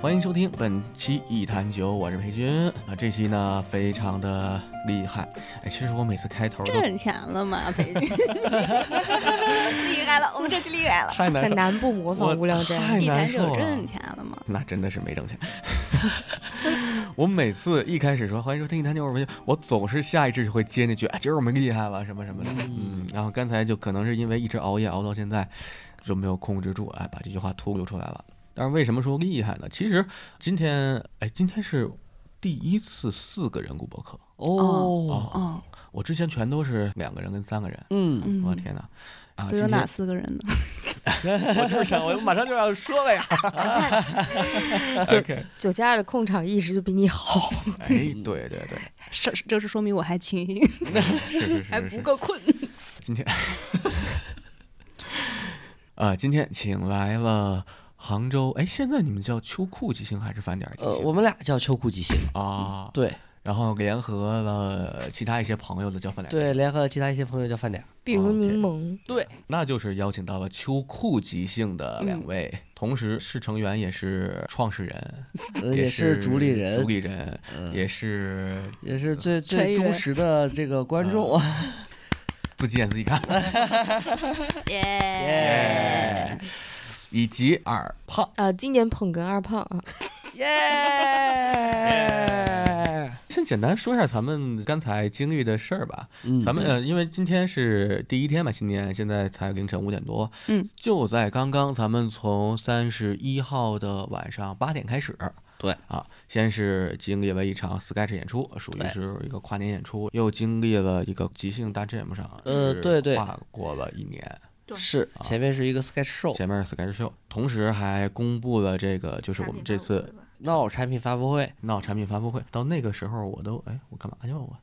欢迎收听本期《一坛酒》，我是裴军啊。这期呢非常的厉害，哎，其实我每次开头都挣钱了 嘛，裴军厉害了，我们这期厉害了。太难 很受，难不模我仿无聊 斋。太一难坛受酒了挣，钱了嘛，那真的是没挣钱。 我每次一开始说欢迎收听《一坛酒》，我我总是下意识就会接那句啊，今儿我们厉害了什么什么的。嗯，然后刚才就可能是因为一直熬夜熬到现在，就没有控制住，哎，把这句话吐露出来了。但是为什么说厉害呢？其实今天，哎，今天是第一次四个人录播客。哦哦，哦，我之前全都是两个人跟三个人。嗯，嗯我，天哪！啊，都今有哪天四个人呢？ 我就是想，我马上就要说了呀。OK，酒驾的控场意识就比你好，哎，嗯对对对， 这这是说明我还清醒，是是是还是不是。够困。 今天， 呃，今天请来了杭州，哎，现在你们叫秋裤即兴还是返点儿即呃，兴？我们俩叫秋裤即兴，啊，对然后联合了其他一些朋友的叫返点儿即对，兴，联合其他一些朋友叫饭点儿。比如 OK 柠檬。对，那就是邀请到了秋裤即兴的嗯两位，同时是成员也是创始人，呃也是是主理主人，理嗯人嗯也是也是最成最员忠实的这个观众。嗯 自己演自己看，哎耶！以及耳胖。呃，今年捧哏二胖啊，耶！先简单说一下咱们刚才经历的事儿吧。嗯咱们呃，因为今天是第一天嘛，新年现在才凌晨五点多。嗯，就在刚刚，咱们从三十一号的晚上八点开始。对啊，先是经历了一场 sketch 演出，属于对是一个跨年演出，又经历了一个即兴大 jam 上，呃是对对跨过了一年。对是啊前面是一个 sketch show 前面是 sketch show，同时还公布了这个，就是我们这次闹产品发布会，闹产品发布会。到那个时候，我都哎，我干嘛去了我？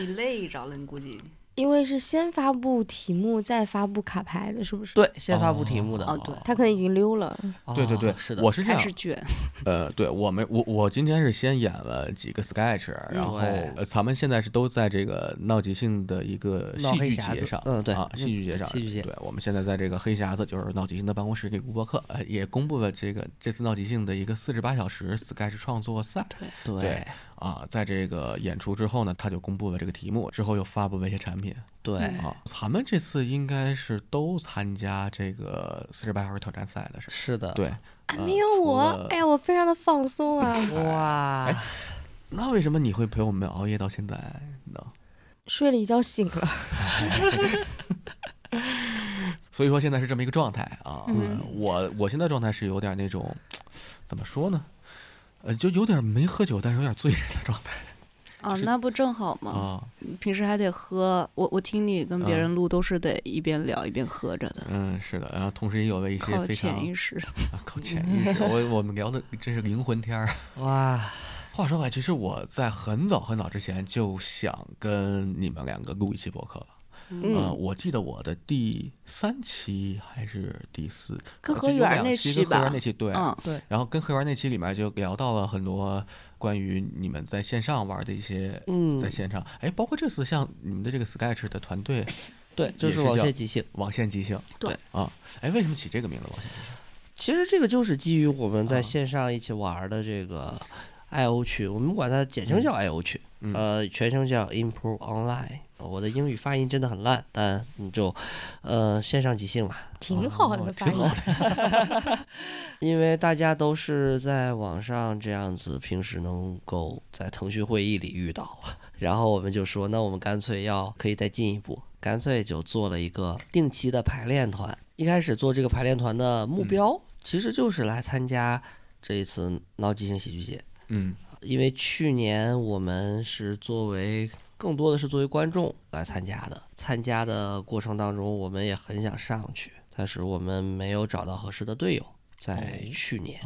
你累着了，你估计因为是先发布题目再发布卡牌的，是不是？，对，先发布题目的。哦对，他可能已经溜了。哦对对对，是的，啊我是这开样始，卷，呃，对我们我我今天是先演了几个 sketch，然后对呃咱们现在是都在这个闹即兴的一个闹戏黑剧匣节子上，嗯对啊，戏嗯剧节上，戏剧节对，我们现在在这个黑匣子，就是闹即兴的办公室给顾博客，呃，也公布了这个这次闹即兴的一个四十八小时 sketch 创作赛，对对啊，在这个演出之后呢，他就公布了这个题目，之后又发布了一些产品对，啊，咱们这次应该是都参加这个四十八小时挑战赛的是吧？是的，对，，啊，呃没有除我了，哎呀，我非常的放松啊。哇，哎那为什么你会陪我们熬夜到现在 呢？ 睡了一觉醒了，所以说现在是这么一个状态啊。嗯我我现在状态是有点那种，怎么说呢？呃，就有点没喝酒，但是有点醉的状态哦是，那不正好吗？啊。平时还得喝，我我听你跟别人录都是得一边聊一边喝着的，嗯，是的。然后同时也有了一些靠非常潜意识。啊靠潜意识。我我们聊的真是灵魂天儿。 哇，话说回来，其实我在很早很早之前就想跟你们两个录一期博客了。呃，嗯，我记得我的第三期还是第四，跟呃何就有源两那期期跟何吧源那期对，嗯，然后跟黑玩那期里面就聊到了很多关于你们在线上玩的一些，嗯在线上，哎，包括这次像你们的这个 Sketch 的团队对，就也是是网叫线即兴。网线即兴，对啊，哎，为什么起这个名字网线即兴？其实这个就是基于我们啊在线上一起玩儿的这个 I O 区，我们管它简称叫 I O 区，嗯呃，全称叫 Improve Online。我的英语发音真的很烂，但你就，呃，线上即兴嘛，哦挺好的发哦挺好音。因为大家都是在网上这样子，平时能够在腾讯会议里遇到， 然后我们就说，那我们干脆要可以再进一步，干脆就做了一个定期的排练团。一开始做这个排练团的目标，其实就是来参加这一次闹即兴喜剧节，嗯因为去年我们是作为更多的是作为观众来参加的，参加的过程当中，我们也很想上去，但是我们没有找到合适的队友，在去年，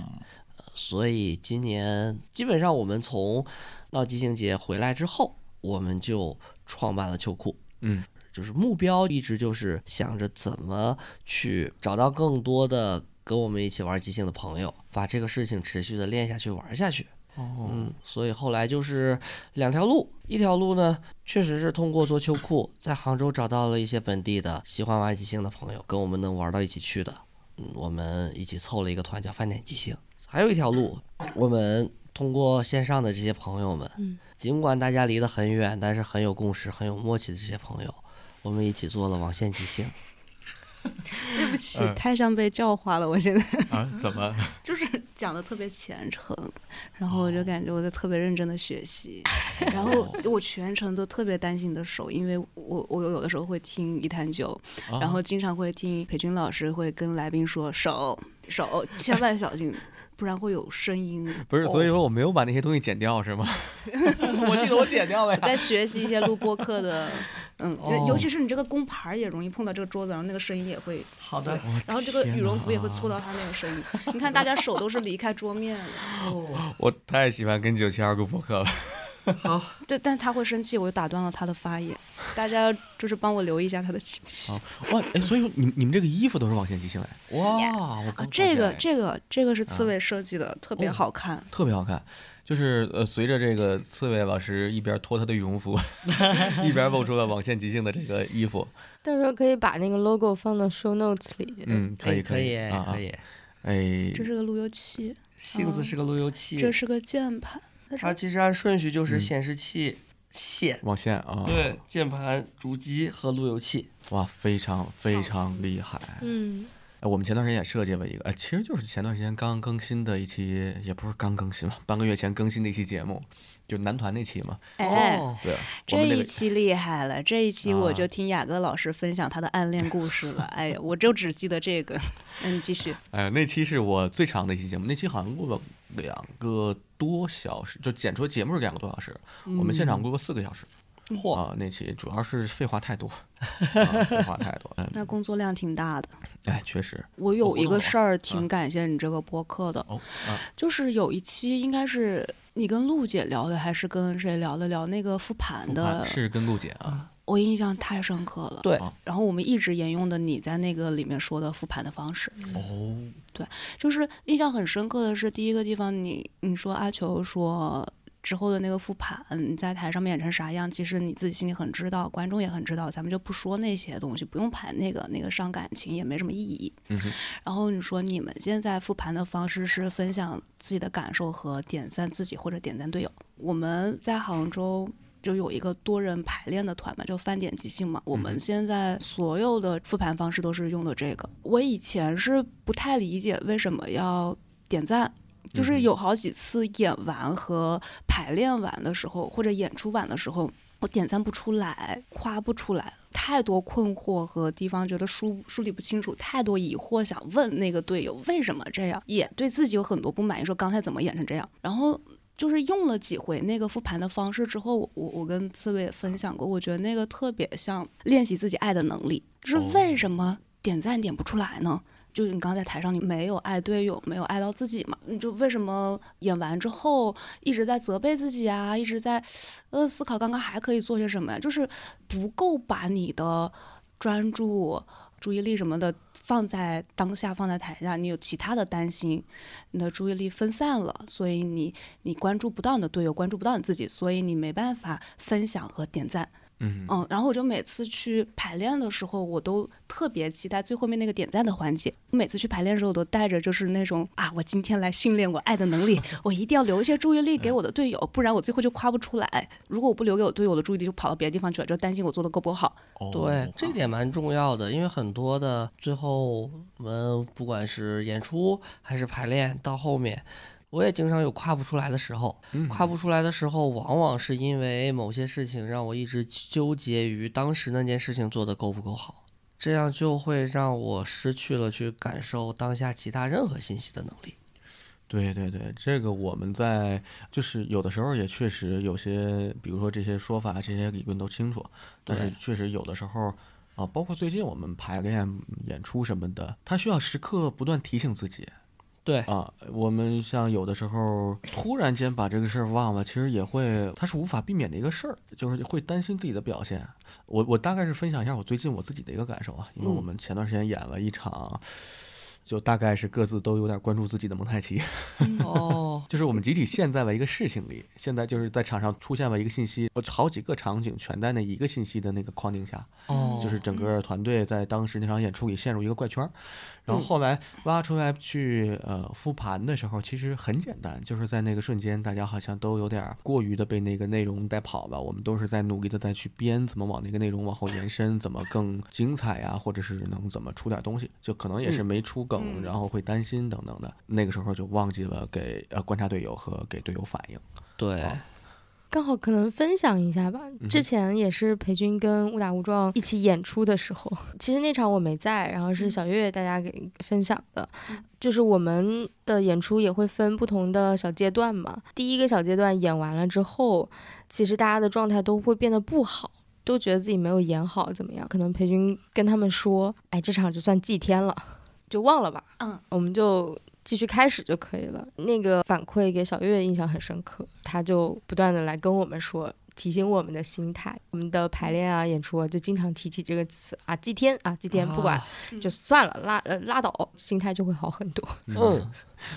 呃所以今年基本上我们从闹即兴节回来之后，我们就创办了秋裤。嗯就是目标一直就是想着怎么去找到更多的跟我们一起玩即兴的朋友，把这个事情持续的练下去、玩下去。哦嗯，所以后来就是两条路，一条路呢，确实是通过做秋裤，在杭州找到了一些本地的喜欢玩即兴的朋友，跟我们能玩到一起去的。嗯我们一起凑了一个团，叫饭点即兴。还有一条路，我们通过线上的这些朋友们，嗯尽管大家离得很远，但是很有共识、很有默契的这些朋友，我们一起做了网线即兴。 对不起嗯，太像被教化了。我现在啊？怎么？ 就是讲的特别虔诚，然后我哦就感觉我在特别认真的学 习，然后我全程都特别担心你的手，因为我我有的时候会听一坛酒，哦然后经常会听裴军老师会跟来宾说手 手千万小心，不然会有声音。不是，所 以说我没有把那些东西剪掉是吗？我记得我剪掉了哦我 在学习一些录播课的，嗯，哦尤其是你这个工牌儿也容易碰到这个桌子，然后那个声音也会，好的，然后这个羽绒服也会搓到它那个声音。你看大家手都是离开桌面了，我太喜欢跟九七二录播课了。但但他会生气，我就打断了他的发言。大家就是帮我留意一下他的情绪。啊，哇，哎，所以说你们你们这个衣服都是网线即兴哎，哇，我刚啊这发个现这个这个是刺猬设计的，特别啊哦好看。特别好看，就是呃，随着这个刺猬老师一边脱他的羽绒服， 一边露出了网线即兴的这个衣服，到时候可以把那个 logo 放到 show notes 里。嗯，可以哎可以啊，可以。哎，这是个路由器，性子是个路由器，这哦是个键盘，它其实按顺序就是显示器、线，网线啊，对，键盘、主机和路由器。哇，非常非常厉害。嗯，哎，我们前段时间也设计了一个，哎，其实就是前段时间刚更新的一期，也不是刚更新吧，半个月前更新的一期节目，就男团那期嘛。哎。哦，对，啊我这们那一位期厉害了，这一期我啊就听雅各老师分享他的暗恋 故事了。哎呀，我就只记得这个。嗯，继续。哎呀，那期是我最长的一期节目，那期好像录了两个多小时，就剪出节目是两个多小时，我们现场录了四个小时嚯，啊、那期主要是废话太多，啊、废话太多。嗯那工作量挺大的。哎，确实，我我啊有糊一弄了个事儿挺感谢你这个播客的，哦啊，就是有一期应该是你跟陆姐聊的，还是跟谁聊的？聊那个复盘复的盘，是跟陆姐啊，我印象太深刻了。对啊然后我们一直沿用的你在那个里面说的复盘的方式，哦，就是印象很深刻的是第一个地方你，你说阿球说之后的那个复盘，你在台上面演成啥样，其实你自己心里很知道，观众也很知道，咱们就不说那些东西，不用盘那个那个伤感情，也没什么意义。嗯哼然后你说你们现在复盘的方式是分享自己的感受和点赞自己或者点赞队友。我们在杭州。就有一个多人排练的团嘛，就翻点即兴嘛。我嗯们哼现在所有的复盘方式都是用的这个。我以前是不太理解为什么要点赞，就嗯是哼有好几次演完和排练完的时候，或者演出完的时候，我点赞不出来，夸不出来，太多困惑和地方觉得梳梳理不清楚，太多疑惑想问那个队友为什么这样，也对自己有很多不满意，说刚才怎么演成这样，然后。就是用了几回那个复盘的方式之后，我我我跟刺猬也分享过，我觉得那个特别像练习自己爱的能力。就是为什么点赞点不出来呢？就是你刚在台上你没有爱队友，没有爱到自己嘛？你就为什么演完之后一直在责备自己啊，一直在呃思考刚刚还可以做些什么呀？就是不够把你的专注、注意力什么的放在当下，放在台下，你有其他的担心，你的注意力分散了，所以你你关注不到你的队友，关注不到你自己，所以你没办法分享和点赞。嗯嗯，然后我就每次去排练的时候，我都特别期待最后面那个点赞的环节。每次去排练的时候，我都带着就是那种啊，我今天来训练我爱的能力，我一定要留一些注意力给我的队友，不然我最后就夸不出来。如果我不留给我队友的注意力，就跑到别的地方去了，就担心我做的够不够好。哦对，这点蛮重要的，因为很多的最后我们不管是演出还是排练，到后面。我也经常有跨不出来的时候，跨不出来的时候，往往是因为某些事情让我一直纠结于当时那件事情做得够不够好，这样就会让我失去了去感受当下其他任何信息的能力。对对对，这个我们在就是有的时候也确实有些，比如说这些说法、这些理论都清楚，但是对确实有的时候啊，包括最近我们排练、演出什么的，他需要时刻不断提醒自己对，啊。我们像有的时候突然间把这个事儿忘了，其实也会，它是无法避免的一个事儿，就是会担心自己的表现。我我大概是分享一下我最近我自己的一个感受啊，因为我嗯们前段时间演了一场。就大概是各自都有点关注自己的蒙太奇，哦，就是我们集体陷在了一个事情里，现在就是在场上出现了一个信息，呃好几个场景全在那一个信息的那个框定下，哦，就是整个团队在当时那场演出里陷入一个怪圈儿，然后嗯后来挖出来去呃复盘的时候，其实很简单，就是在那个瞬间，大家好像都有点儿过于的被那个内容带跑了。我们都是在努力的再去编，怎么往那个内容往后延伸，怎么更精彩呀、或者是能怎么出点东西，就可能也是嗯没出梗，嗯然后会担心等等的。那个时候就忘记了给呃观察队友和给队友反应。对，哦刚好可能分享一下吧。之前也是裴军跟误打误撞一起演出的时候， 其实那场我没在，然后是小月月大家给分享的，就是我们的演出也会分不同的小阶段嘛。第一个小阶段演完了之后，其实大家的状态都会变得不好。都觉得自己没有演好，怎么样？可能裴军跟他们说：“哎，这场就算祭天了，就忘了吧。”嗯，我们就继续开始就可以了。那个反馈给小月印象很深刻，她就不断的来跟我们说，提醒我们的心态，我们的排练啊、演出啊，就经常提起这个词啊，祭天啊，祭天，不管、啊就算了，拉呃拉倒，心态就会好很多。 嗯，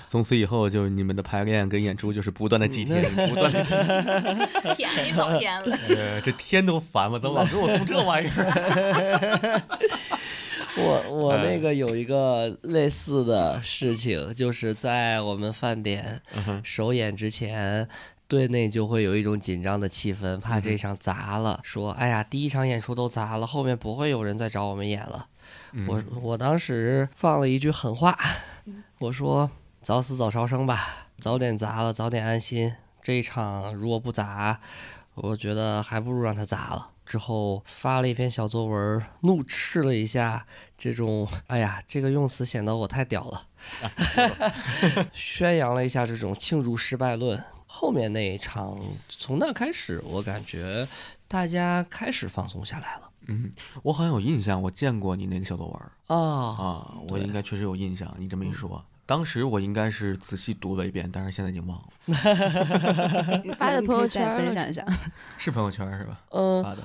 从此以后，就你们的排练跟演出就是不嗯断的祭 天，不断的祭天。便宜老 天了。呃，这天都烦了，怎么老给我送这玩意儿？ 我我哎那个有一个类似的事情，就是在我们饭点首演之前。队内就会有一种紧张的气氛，怕这场砸了，说哎呀，第一场演出都砸了，后面不会有人再找我们演了。我我当时放了一句狠话，我说早死早超生吧，早点砸了，早点安心。这一场如果不砸，我觉得还不如让他砸了。之后发了一篇小作文，怒斥了一下这种，哎呀，这个用词显得我太屌了， 宣扬了一下这种庆祝失败论。后面那一场，从那开始，我感觉大家开始放松下来了 嗯，我好像有印象，我见过你那个小作文儿啊、啊，嗯我对应该确实有印象。你这么一说，当时我应该是仔细读了一遍，但是现在已经忘了，发 在你朋友可以再圈分了享一下。是朋友圈是吧？嗯、发的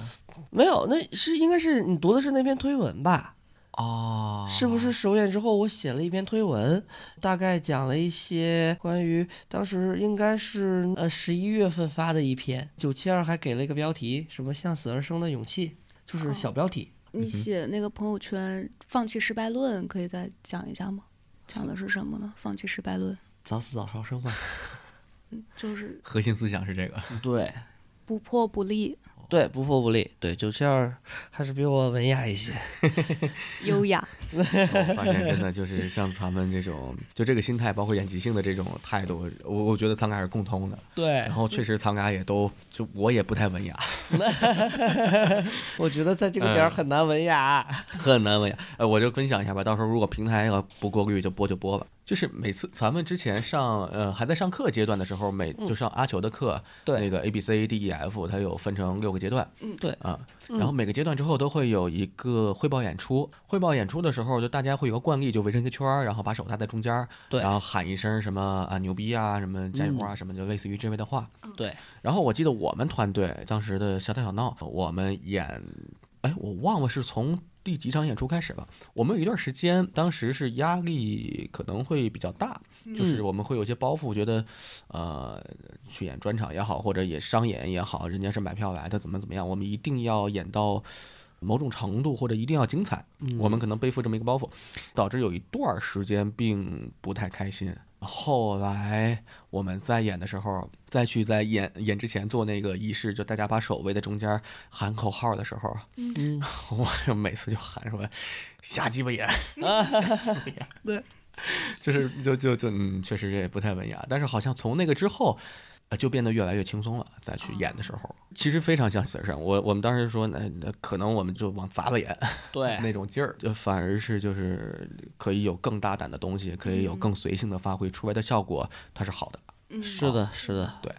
没有，那是应该是你读的是那篇推文吧？哦是不是首演之后我写了一篇推文，大概讲了一些关于当时应该是呃十一月份发的一篇，九七二还给了一个标题，什么向死而生的勇气，就是小标题。你写那个朋友圈“放弃失败论”，可以再讲一下吗？讲的是什么呢？放弃失败论早死早超生吧，就是核心思想是这个？ 对不破不立，对，不破不立。对，九七二还是比我文雅一些。优雅。我发现真的就是像咱们这种，就这个心态，包括演即兴的这种态度，我我觉得咱俩是共通的。 对然，后确实咱俩也都，就我也不太文雅，我觉得在这个点儿很难文雅。 很难为。呃，我就分享一下吧，到时候如果平台要不过滤就播就播吧。就是每次咱们之前上呃还在上课阶段的时候，每就上阿球的课，嗯对那个 A B C D E F 它有分成六个阶段，嗯对啊，然后每个阶段之后都会有一个汇报演出，汇报演出的时候就大家会有个惯例，就围成一个圈儿，然后把手搭在中间儿，对嗯然后喊一声什么啊牛逼啊，什么加油啊，什么就类似于这类的话。对，然后我记得我们团队当时的小打小闹，我们演，哎，我忘了是从第几场演出开始了。我们有一段时间，当时是压力可能会比较大，就是我们会有一些包袱，觉得，呃，去演专场也好，或者也商演也好，人家是买票来的，怎么怎么样，我们一定要演到。某种程度或者一定要精彩，我们可能背负这么一个包袱，导致有一段儿时间并不太开心。后来我们在演的时候，再去在演演之前做那个仪式，就大家把手围在中间喊口号的时候，嗯， 我就每次就喊出来“瞎鸡巴 演”，啊瞎鸡巴演，对，就是就就就嗯，确实这也不太文雅，但是好像从那个之后。呃就变得越来越轻松了。再哦去演的时候，其实非常像死神。我我们当时说，那、那可能我们就往砸了演，对， 那种劲儿，就反而是就是可以有更大胆的东西，可以有更随性的发挥，出来的效果它是好的。嗯，是的，是的，对，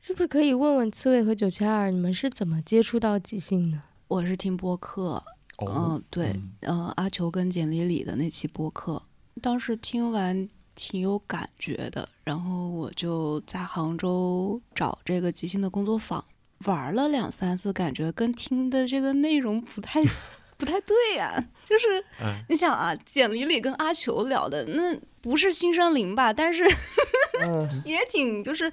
是不是可以问问刺猬和九七二，你们是怎么接触到即兴的？我是听播客，哦嗯，对，呃，阿球跟简里里的那期播客，当时听完挺有感觉的，然后我就在杭州找这个即兴的工作坊。玩了两三次，感觉跟听的这个内容不太不太对呀、就是嗯你想啊，简黎里跟阿球聊的那不是新生灵吧，但是 嗯，也挺就是，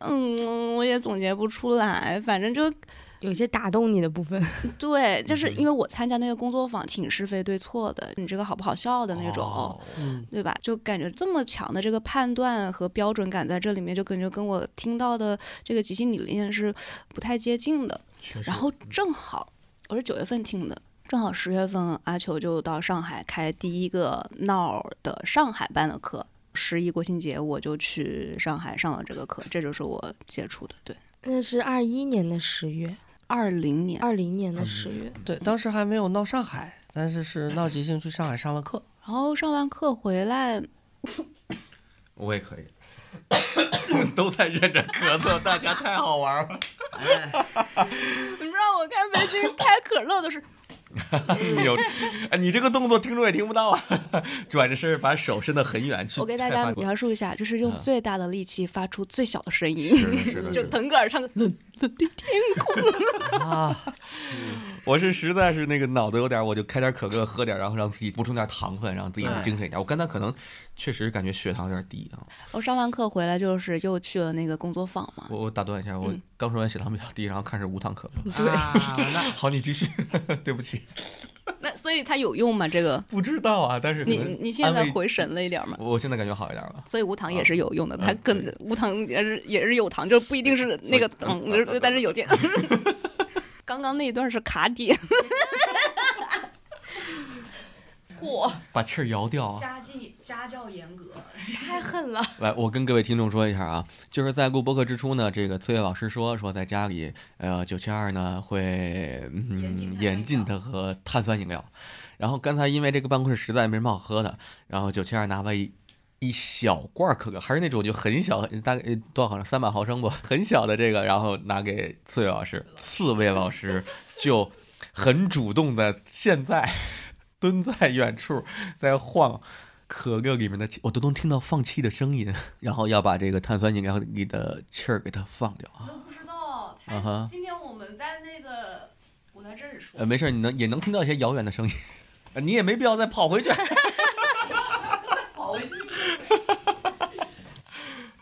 嗯，我也总结不出来，反正就有些打动你的部分，对，嗯就是因为我参加那个工作坊，挺是非对错的，你这个好不好笑的那种。哦嗯对吧？就感觉这么强的这个判断和标准感在这里面，就感觉跟我听到的这个即兴理念是不太接近的。确实嗯然后正好我是九月份听的，正好十月份阿球就到上海开第一个闹儿的上海办的课，十一国庆节我就去上海上了这个课，这就是我接触的。对，那是二一年的十月，二零年二零年的十月，对，当时还没有闹上海，但是是闹即兴去上海上了课。然后上完课回来，我也可以。 都在忍着咳嗽，大家太好玩了。你知道我看培训开可 乐的是，有，哎你这个动作听众也听不到啊。转着身儿把手伸得很远去。我给大再家发过来描述一下，就是用啊最大的力气发出最小的声音，是的，是的， 就是的。腾格尔唱个《冷冷的天空》 啊，我是实在是那个脑子有点儿，我就开点儿可乐喝点儿，然后让自己补充点儿糖分，让自己对精神一点。我刚才可能确实感觉血糖有点低啊。 我上完课回来就是又去了那个工作坊嘛，我我打断一下，我嗯刚说完血糖比较低，然后看是无糖可乐。 对， 完了好，你继续。 对不起，那所以它有用吗？这个不知道啊，但是可你能你现安在慰回神了一点吗？我我现在感觉好一点了。所以无糖也是有用的，啊它更对无糖也是也是有糖，就是不一定是那个糖，所以啊就是但 是有点。刚刚那一段是卡 点，嚯，把气儿摇掉啊！家境家教严格， 太狠了！ 来，我跟各位听众说一下啊，就是在录播客之初呢，这个崔月老师说说在家里，呃，九七二呢会嗯严禁他喝碳酸饮料，然后刚才因为这个办公室实在没什么好喝的，然后九七二拿过一。一小罐儿可乐，还是那种就很小，大概多少毫升？三百毫升吧，很小的这个，然后拿给刺猬老师。刺猬老师就很主动的，现在 蹲在远处在晃可乐里面的气，我都能听到放气的声音， 然后要把这个碳酸饮料里的气儿给它放掉啊。都不知道。他啊哈今天我们在那个，我在这里说呃，没事儿，你能也能听到一些遥远的声音， 呃你也没必要再跑回去。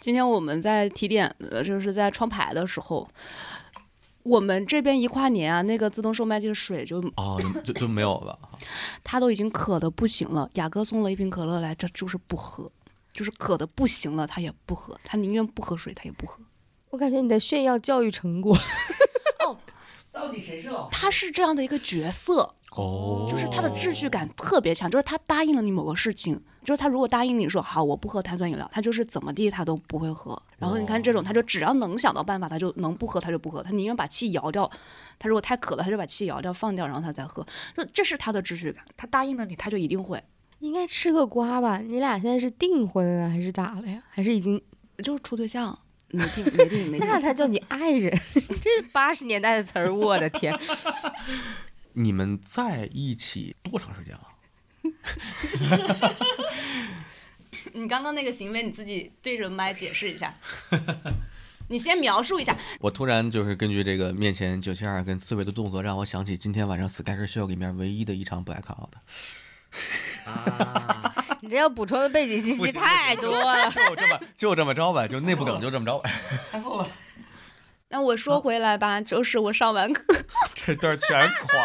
今天我们在提点，呃，就是在创牌的时候，我们这边一跨年啊，那个自动售卖机的水就哦，就就没有了。他都已经渴的不行了。雅哥送了一瓶可乐来，他就是不喝，就是渴的不行了，他也不喝，他宁愿不喝水，他也不喝。我感觉你在炫耀教育成果，到底谁是老他是这样的一个角色，哦，就是他的秩序感特别强，就是他答应了你某个事情，就是他如果答应你说好我不喝碳酸饮料，他就是怎么地他都不会喝。然后你看这种，他就只要能想到办法，他就能不喝他就不喝，他宁愿把气摇掉。他如果太渴了，他就把气摇掉放掉，然后他再喝。就这是他的秩序感，他答应了你，他就一定会。应该吃个瓜吧？你俩现在是订婚啊，还是咋了呀？还是已经？就是处对象，没定没定 没定。那他叫你爱人， 这八十年代的词儿，我的 天！你们在一起多长时间啊了？你刚刚那个行为，你自己对着麦解释一下。你先描述一下，我突然就是根据这个面前九七二跟刺猬的动作，让我想起今天晚上《Sky Show》里面唯一的一场 blackout。啊？你这要补充的背景信息太多 了。就这么就这么着吧，就内部梗就这么着吧。那我说回来吧，就是我上完课，这段全 垮。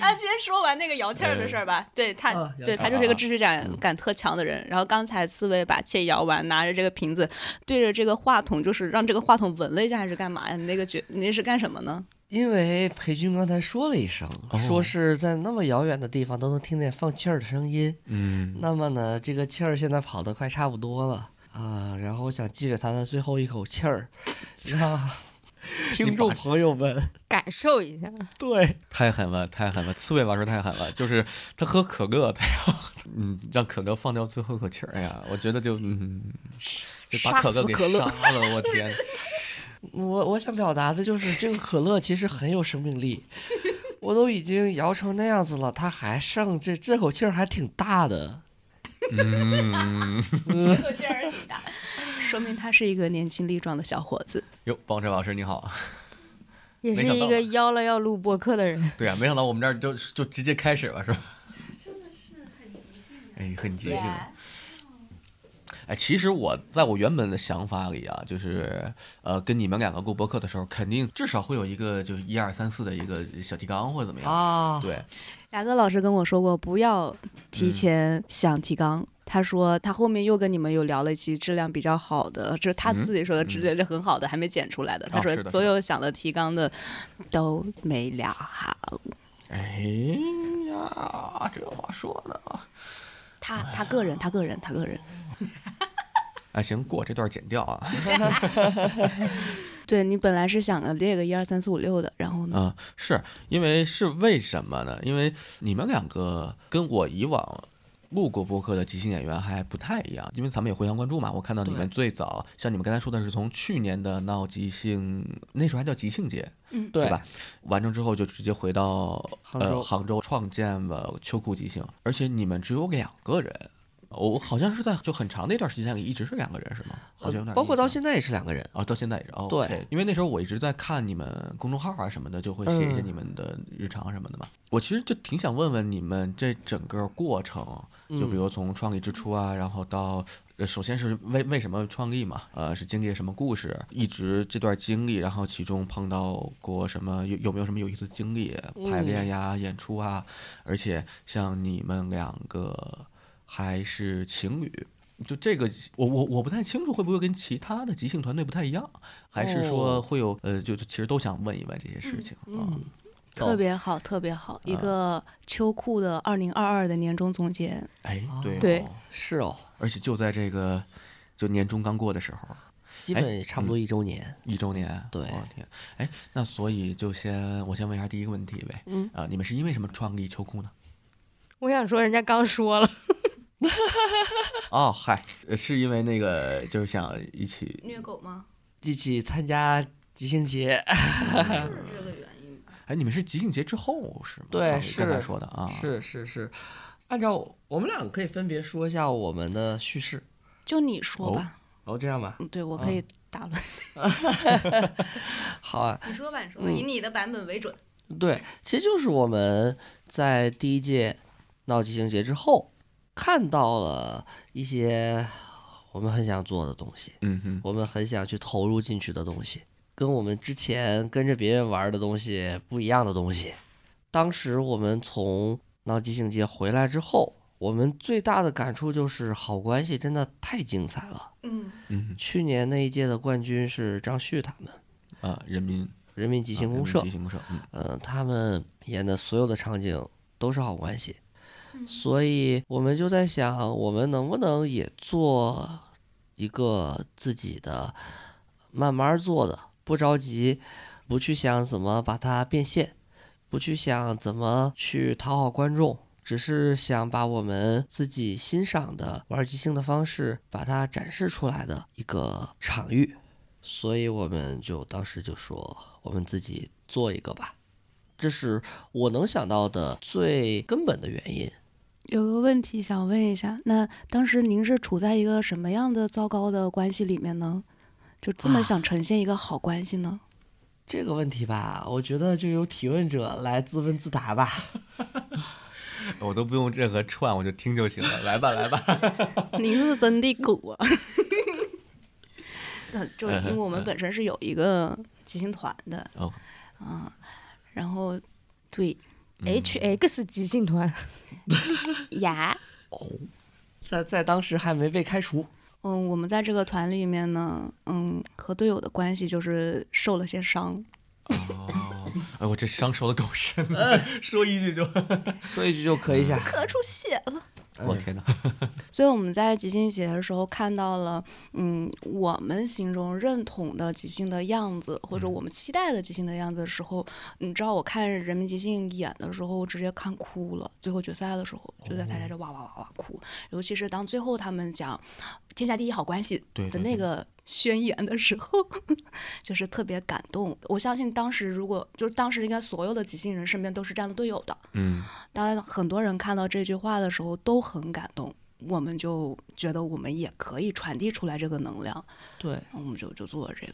啊，今天说完那个摇气儿的事儿吧，对他，啊摇气对儿他就是一个秩序感感特强的人。然后刚才刺猬把气摇完，拿着这个瓶子对着这个话筒，就是让这个话筒闻了一下，还是干嘛呀？你那个觉，你那是干什么呢？ 因为裴军刚才说了一声，哦说是在那么遥远的地方都能听见放气儿的声音。嗯，那么呢，这个气儿现在跑得快差不多了啊，然后我想记着他的最后一口气儿，让听众朋友们感受一下， 对太狠了，太狠了！刺猬老师太狠了，就是他喝可乐，他要嗯让可乐放掉最后一口气儿。哎呀，我觉得就嗯，就把杀可乐死给可乐杀了，我天！我我想表达的就是这个可乐其实很有生命力，我都已经摇成那样子了，它还剩这这口气儿还挺大的。嗯，个劲 儿挺大，说明他是一个年轻力壮的小伙子。哟，王哲老师你好，也没是想一到个吧邀了要录播客的人。对啊，没想到我们这儿就就直接开始了，是吧？真的是很即兴。哎，很即兴。哎，其实我在我原本的想法里啊，就是呃，跟你们两个录播客的时候，肯定至少会有一个就一二三四的一个小提纲或者怎么样。啊，对，雅哥老师跟我说过，不要嗯提前想提纲。他说他后面又跟你们有聊了一期质量比较好的，这是他嗯哦自己说的质量是很好的，还没剪出来的。他说是的所有想的提纲的都没聊好。哎呀，这话说的啊，他他个人，他个人，他个人。哎，行，过这段剪掉啊。对你本来是想着列个一二三四五六的，然后呢？嗯，是因为是为什么呢？因为你们两个跟我以往录过播客的即兴演员还不太一样，因为咱们也互相关注嘛。我看到你们最早，像你们刚才说的是从去年的闹即兴，那时候还叫即兴节，对吧？完成之后就直接回到杭呃州杭州创建了秋裤即兴，而且你们只有两个人。我好像是在就很长的一段时间里一直是两个人是吗？好像有点呃包括印象到现在也是两个人。哦，到现在也是哦，对 OK，因为那时候我一直在看你们公众号啊什么的，就会写一些嗯你们的日常什么的嘛。我其实就挺想问问你们这整个过程，就比嗯如从创立之初啊，然后到。呃，首先是为为什么创立嘛？呃，是经历了什么故事？一直这段经历，然后其中碰到过什么？有有没有什么有意思的经历？排嗯练呀、演出啊，而且像你们两个还是情侣，就这个我我我不太清楚会不会跟其他的即兴团队不太一样，还是说哦会有、呃，就就其实都想问一问这些事情啊。嗯，特别好，特别好，一嗯个秋裤的二零二二的年终总结。哎，哦对、哦、对是哦，而且就在这个就年终刚过的时候，基本也差不多一周年。一周年，对我、天，哎，那所以就先我先问一下第一个问题呗，嗯啊、你们是因为什么创立秋裤呢？我想说，人家刚说了，哦，嗨，呃是因为那个就是想一 起虐狗吗？一起参加即兴节，哎，你们是即兴节之后是吗？对啊你刚才是说的啊，是是是，按照我们俩可以分别说一下我们的叙事，就你说吧，然后这样吧，哦嗯，对啊我可以打乱。好啊，你说吧，你说吧嗯以你的版本为准。对，其实就是我们在第一届闹即兴节之后，看到了一些我们很想做的东西，嗯哼，我们很想去投入进去的东西，跟我们之前跟着别人玩的东西不一样的东西。当时我们从闹即兴节回来之后，我们最大的感触就是好关系真的太精彩了。嗯，嗯去年那一届的冠军是张旭他们，哼啊，人民啊人民即即兴公社即，兴公社，嗯呃，他们演的所有的场景都是好关系，所以我们就在想，我们能不能也做一个自己的，慢慢做的，不着急，不去想怎么把它变现，不去想怎么去讨好观众。只是想把我们自己欣赏的玩即兴的方式，把它展示出来的一个场域，所以我们就当时就说，我们自己做一个吧。这是我能想到的最根本的原因。有个问题想问一下，那当时您是处在一个什么样的糟糕的关系里面呢？就这么想呈现一个好关系呢？这个问题吧，我觉得就由提问者来自问自答吧。我都不用任何串，我就听就行了。来吧，来吧。 您是真的 狗啊！嗯那就是因为我们本身是有一个即兴团的，啊哦，然后对 H X 即兴团， 嗯呀，在在当时还没被开除，嗯，我们在这个团里面呢，嗯，和队友的关系就是受了些伤， 哎，我这伤受的够 深了，说一句就……说一句就咳一下。咳出血了。我天哪！嗯所以我们在即兴写的时候看到了，嗯，我们心中认同的即兴的样子，或者我们期待的即兴的样子的时候，你知道我看《人民即兴》演的时候，我直接看哭了。最后决赛的时候，就在台下就哇哇哇哇哭，尤其是当最后他们讲“天下第一好关系”对的对那对个宣言的时候， 就是特别感动。我相信当时如果就是当时应该所有的即兴人身边都是这样的队友的，嗯，当然，很多人看到这句话的时候都很感动，我们就觉得我们也可以传递出来这个能量，对，嗯我们就就做这个。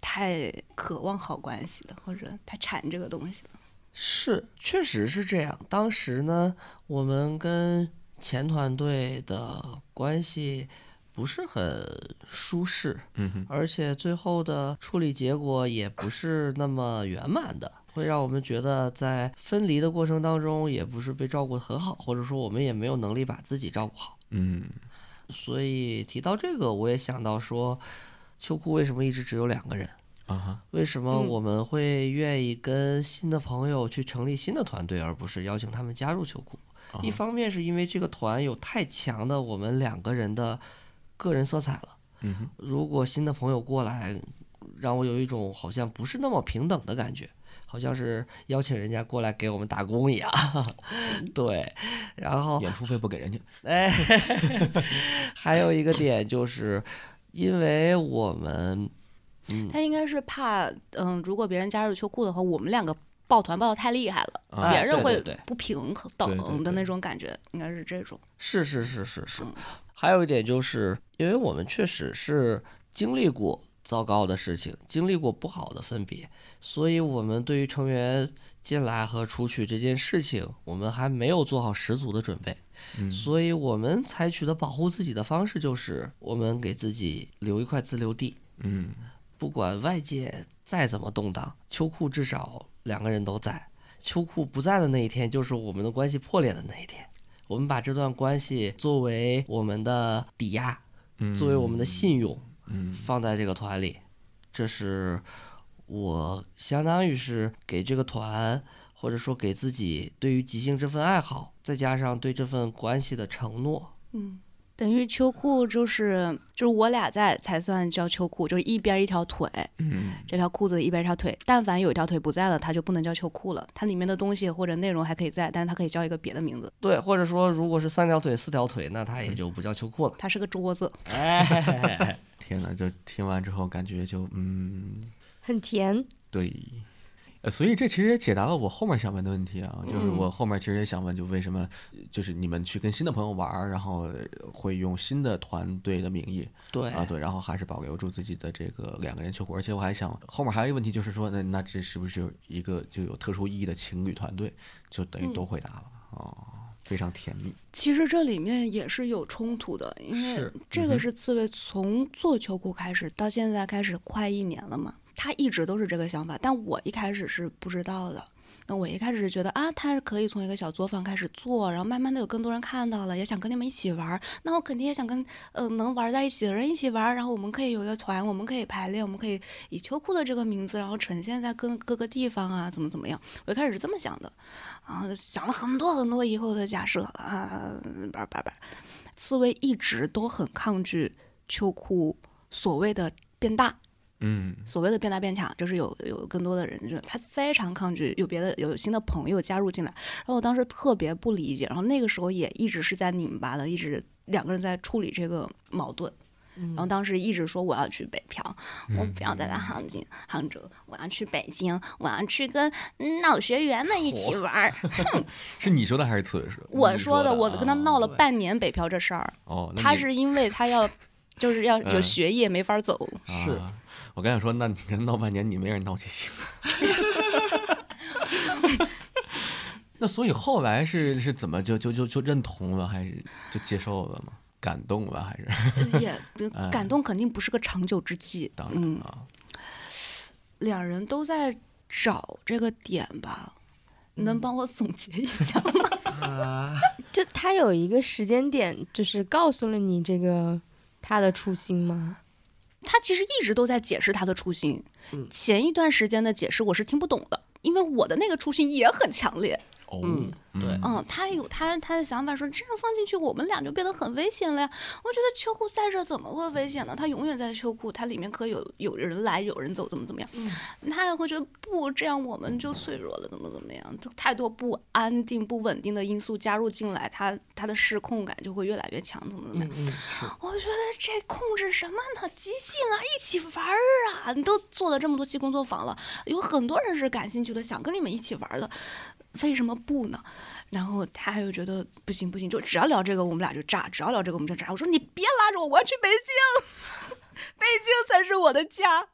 太渴望好关系了，或者太馋这个东西了。是，确实是这样。当时呢，我们跟前团队的关系不是很舒适，嗯哼，而且最后的处理结果也不是那么圆满的，会让我们觉得在分离的过程当中，也不是被照顾得很好，或者说我们也没有能力把自己照顾好。嗯所以提到这个，我也想到说，秋裤为什么一直只有两个人？啊哈，为什么嗯我们会愿意跟新的朋友去成立新的团队，而不是邀请他们加入秋裤？啊一哈方面是因为这个团有太强的我们两个人的个人色彩了。嗯哼，如果新的朋友过来，让我有一种好像不是那么平等的感觉，好像是邀请人家过来给我们打工一样。 对，然后演出费不给人家，哎， 还有一个点就是，因为我们，嗯，他应该是怕，嗯，如果别人加入秋裤的话，我们两个抱团抱的太厉害了，啊别人哎对会对对不平衡对对等的对那种感觉，应该是这种。是是是是是嗯，还有一点就是，因为我们确实是经历过糟糕的事情，经历过不好的分别，所以我们对于成员进来和出去这件事情，我们还没有做好十足的准备，嗯所以我们采取的保护自己的方式就是，我们给自己留一块自留地，嗯不管外界再怎么动荡，秋裤至少两个人都在。秋裤不在的那一天，就是我们的关系破裂的那一天。我们把这段关系作为我们的抵押，嗯，作为我们的信用，嗯放在这个团里。这是我相当于是给这个团，或者说给自己对于即兴这份爱好，再加上对这份关系的承诺。嗯，等于秋裤就是就是我俩在才算叫秋裤，就是一边一条腿，嗯这条裤子一边一条腿，但凡有一条腿不在了，它就不能叫秋裤了。它里面的东西或者内容还可以在，但是它可以叫一个别的名字，对，或者说如果是三条腿、四条腿，那它也就不叫秋裤了。它是个桌子。哎，天哪，就听完之后感觉就嗯很甜。对。呃，所以这其实也解答了我后面想问的问题啊，就是嗯我后面其实也想问，就为什么，呃就是你们去跟新的朋友玩儿，然后呃会用新的团队的名义，对啊，对，然后还是保留住自己的这个两个人球股，而且我还想后面还有一个问题，就是说，那那这是不是有一个就有特殊意义的情侣团队，就等于都嗯回答了、哦，非常甜蜜，其实这里面也是有冲突的，因为是嗯这哼个是刺猬从做秋裤开始到现在开始快一年了嘛，他一直都是这个想法，但我一开始是不知道的。那我一开始是觉得啊，他是可以从一个小作坊开始做，然后慢慢的有更多人看到了，也想跟你们一起玩儿。那我肯定也想跟呃能玩在一起的人一起玩儿，然后我们可以有一个团，我们可以排练，我们可以以秋裤的这个名字，然后呈现在各各个地方啊，怎么怎么样。我一开始是这么想的，啊，想了很多很多以后的假设啊，叭叭叭。刺猬一直都很抗拒秋裤所谓的变大，嗯所谓的变大变强，就是有有更多的人，就是他非常抗拒有别的有新的朋友加入进来。然后我当时特别不理解，然后那个时候也一直是在拧巴的，一直两个人在处理这个矛盾。然后当时一直说我要去北漂，嗯我不要待在杭州，杭州，我要去北京，我要去跟闹学员们一起玩儿。是你说的还是刺猬说的？我你说的，的，我啊跟他闹了对半年北漂这事儿。哦，那他你是因为他要，就是要有嗯学业没法走。是啊我刚想说，那你跟闹半年，你没人闹就行。 那所以后来是是怎么就就就就认同了，还是就接受了吗？感动了还是？呃 也感动肯定不是个长久之计。嗯当然嗯，啊，两人都在找这个点吧，能帮我总结一下吗？啊，就他有一个时间点，就是告诉了你这个他的初心吗？ 他其实一直都在解释他的初心嗯。前一段时间的解释我是听不懂的，因为我的那个初心也很强烈。哦，嗯对嗯，他有他他的想法说，这样放进去，我们俩就变得很危险了呀。我觉得秋裤在这怎么会危险呢？它永远在秋裤，它里面可以有有人来有人走，怎么怎么样？他也会觉得不这样，我们就脆弱了，怎么怎么样？太多不安定、不稳定的因素加入进来，他他的失控感就会越来越强，怎么怎么样？嗯，我觉得这控制什么呢？即兴啊，一起玩儿啊！你都做了这么多期工作坊了，有很多人是感兴趣的，想跟你们一起玩儿的，为什么不呢？然后他又觉得不行不行，就只要聊这个我们俩就炸，只要聊这个我们就炸。我说你别拉着我，我要去北京，北京才是我的家。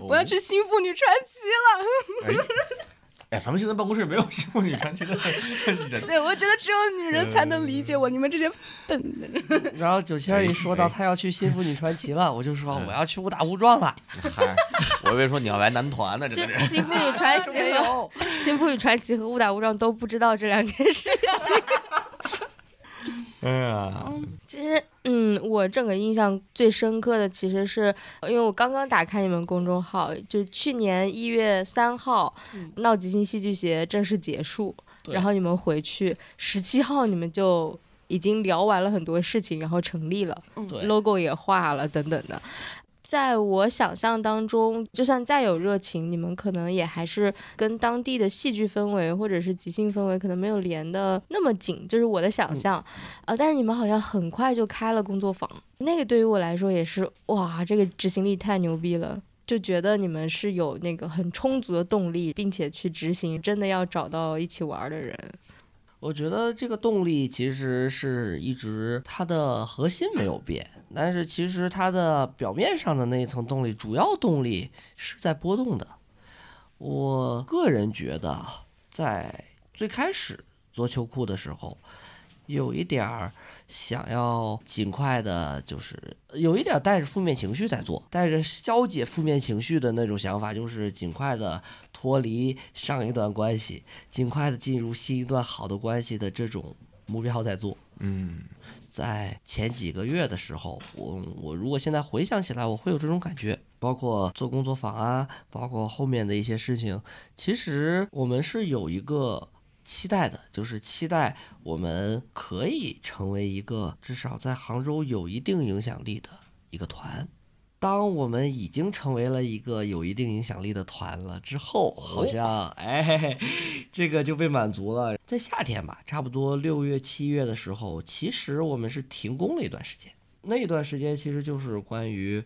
我要去新妇女传奇了。哦哎。哎，咱们现在办公室没有新妇女传奇的人，对，我 觉得只有女人才能理解我，你们这些笨的人。然后九千一说到哎嗯他要去新妇女传奇了，我就说我要去误打误撞了，嗨，我以为说你要来男团呢，就真的《是。新妇女传奇》没和有， 《新妇女传奇》和《误打误撞》都不知道这两件事。 哎呀， 其实，嗯，我整个印象最深刻的其实是，因为我刚刚打开你们公众号，就去年一月三号，嗯闹即兴戏剧节正式结束，对然后你们回去十七号你们就已经聊完了很多事情，然后成立了对，logo 也画了等等的。在我想象当中，就算再有热情，你们可能也还是跟当地的戏剧氛围或者是即兴氛围可能没有连的那么紧，这是我的想象。啊，但是你们好像很快就开了工作坊，那个对于我来说也是哇，这个执行力太牛逼了。就觉得你们是有那个很充足的动力，并且去执行，真的要找到一起玩儿的人。我觉得这个动力其实是一直它的核心没有变，但是其实它的表面上的那一层动力，主要动力是在波动的。我个人觉得，啊在最开始做秋裤的时候，有一点儿想要尽快的，就是有一点儿带着负面情绪在做，带着消解负面情绪的那种想法，就是尽快的脱离上一段关系，尽快的进入新一段好的关系的这种目标在做。嗯，在前几个月的时候，我我如果现在回想起来，我会有这种感觉。包括做工作坊啊，包括后面的一些事情，其实我们是有一个期待的，就是期待我们可以成为一个至少在杭州有一定影响力的一个团。当我们已经成为了一个有一定影响力的团了之后，好像哎，这个就被满足了。在夏天吧，差不多六月、七月的时候，其实我们是停工了一段时间。那一段时间其实就是关于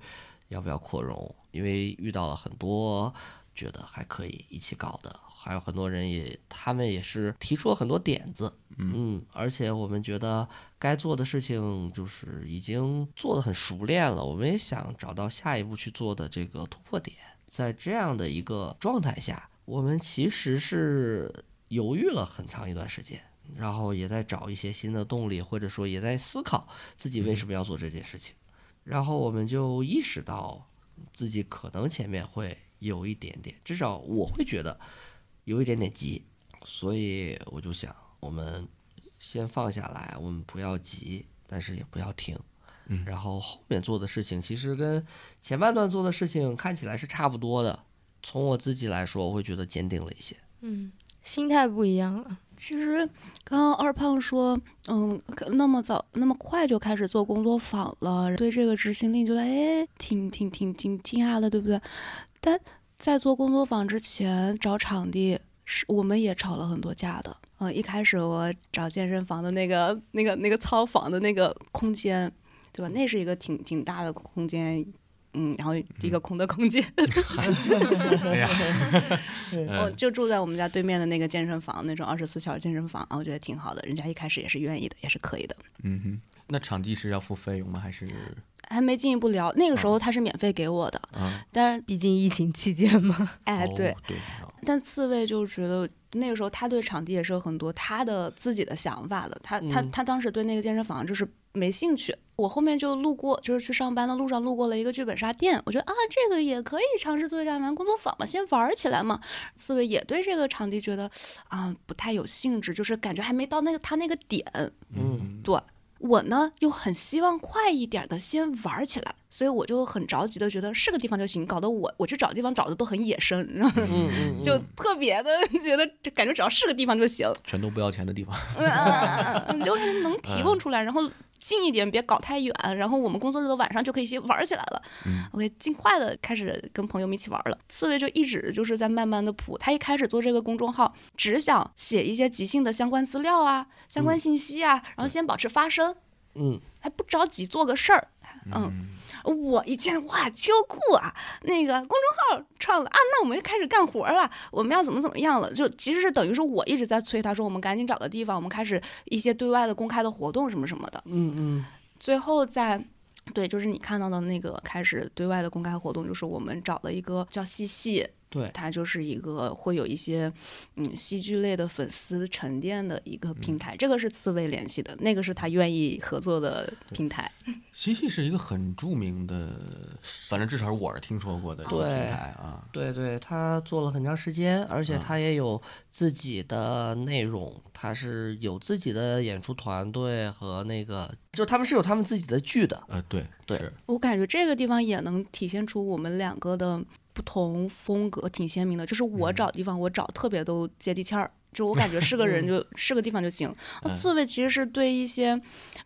要不要扩容，因为遇到了很多觉得还可以一起搞的，还有很多人也他们也是提出了很多点子，嗯，而且我们觉得该做的事情就是已经做得很熟练了，我们也想找到下一步去做的这个突破点。在这样的一个状态下，我们其实是犹豫了很长一段时间，然后也在找一些新的动力，或者说也在思考自己为什么要做这件事情。然后我们就意识到自己可能前面会有一点点，至少我会觉得有一点点急，所以我就想，我们先放下来，我们不要急，但是也不要停。嗯然后后面做的事情其实跟前半段做的事情看起来是差不多的。从我自己来说，我会觉得坚定了一些。嗯，心态不一样了。其实刚刚二胖说，嗯，可那么早那么快就开始做工作坊了，对这个执行力觉得哎，挺挺挺挺惊讶的，对不对？但在做工作坊之前找场地，是我们也吵了很多架的。嗯，一开始我找健身房的那个那个那个操房的那个空间，对吧？那是一个挺挺大的空间。嗯，然后一个空的空间，哎呀，我哦就住在我们家对面的那个健身房，那种二十四小时健身房啊，我觉得挺好的。人家一开始也是愿意的，也是可以的。嗯哼，那场地是要付费用吗？还是还没进一步聊，那个时候他是免费给我的，啊？但是毕竟疫情期间嘛，哎哦对，对，哦但刺猬就觉得那个时候他对场地也是有很多他的自己的想法的，他他嗯他当时对那个健身房就是没兴趣。我后面就路过，就是去上班的路上路过了一个剧本杀店，我觉得啊，这个也可以尝试做一下玩工作坊嘛，先玩儿起来嘛。刺猬也对这个场地觉得啊不太有兴致，就是感觉还没到那个他那个点，嗯，对我呢又很希望快一点的先玩儿起来，所以我就很着急的觉得是个地方就行，搞得我我去找地方找的都很野生，你知道吗？嗯嗯，就特别的 觉得，这感觉只要是个地方就行，全都不要钱的地方。嗯嗯嗯嗯，嗯就是能提供出来，然后近一点，别搞太远，然后我们工作日的晚上就可以先玩起来了。嗯 OK，尽快的开始跟朋友们一起玩了。刺猬就一直就是在慢慢的铺，他一开始做这个公众号，只想写一些即兴的相关资料啊、相关信息啊，然后先保持发声，嗯，还不着急做个事儿。嗯，我一见哇，秋裤啊，那个公众号创了啊，那我们就开始干活了，我们要怎么怎么样了？就其实是等于说我一直在催他说，我们赶紧找个地方，我们开始一些对外的公开的活动什么什么的。嗯嗯，最后在对，就是你看到的那个开始对外的公开活动，就是我们找了一个叫西戏，对，它就是一个会有一些嗯戏剧类的粉丝沉淀的一个平台，这个是刺猬联系的，那个是他愿意合作的平台。西西是一个很著名的，反正至少我是听说过的这个平对台啊。对对，他做了很长时间，而且他也有自己的内容，他是有自己的演出团队和那个，就他们是有他们自己的剧的。呃，对对是我感觉这个地方也能体现出我们两个的不同风格，挺鲜明的。就是我找地方，我找特别都接地气儿，就我感觉是个人就是个地方就行。那嗯刺猬其实是对一些，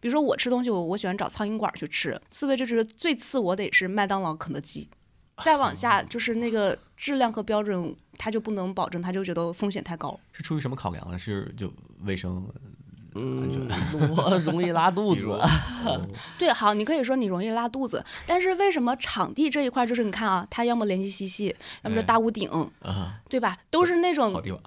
比如说我吃东西，我我喜欢找苍蝇馆儿去吃，刺猬就是最次我得是麦当劳、肯德基，再往下就是那个质量和标准，他就不能保证，他就觉得风险太高。是出于什么考量呢？是就卫生？嗯， 我容易拉肚 比子如。对，好，你可以说你容易拉肚子，但是为什么场地这一块儿就是你看啊，他要么联系西西，要么就哎大屋顶。啊，对吧？都是那好种地方。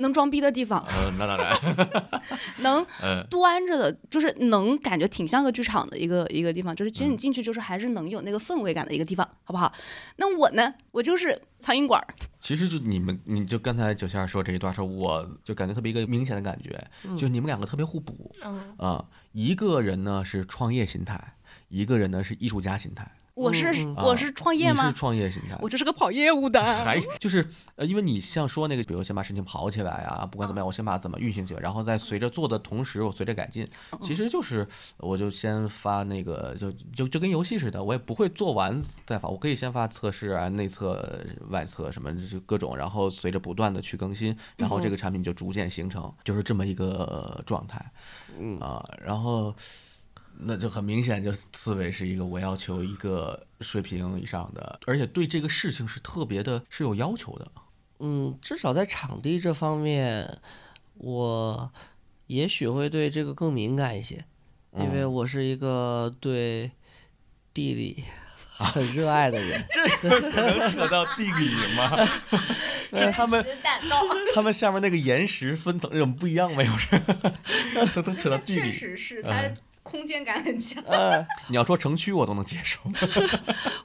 能装逼的地方，呃，那当然， 能呃，端着的，就是能感觉挺像个剧场的一个一个地方。就是嗯其实你进去就是还是能有那个氛围感的一个地方，好不好？那我呢，我就是苍蝇馆儿，其实就你们，你就刚才九仙儿说这一段时候，我就感觉特别一个明显的感觉，嗯就你们两个特别互补嗯，啊、一个人呢是创业心态，一个人呢是艺术家心态。我是、嗯嗯啊我是创业你吗是？创业心态，我就是个跑业 务的。还就是呃，因为你像说那个，比如先把事情跑起来啊，不管怎么样，我先把怎么运行起来，然后再随着做的同时，我随着改进。其实就是，我就先发那个，就就就跟游戏似的，我也不会做完再发，我可以先发测试啊，内测、外测什么，就各种，然后随着不断的去更新，然后这个产品就逐渐形成，就是这么一个呃状态。嗯啊，然后。那就很明显，就刺猬是一个我要求一个水平以上的，而且对这个事情是特别的，是有要求的。嗯，至少在场地这方面，我也许会对这个更敏感一些，因嗯为我是一个对 地理很热爱的人。能扯到地理吗？ 就他们蛋糕，他们下面那个岩石分层有不一样吗？有是，都能扯到地理。是它嗯空间感很强。呃，你要说城区，我都能接受。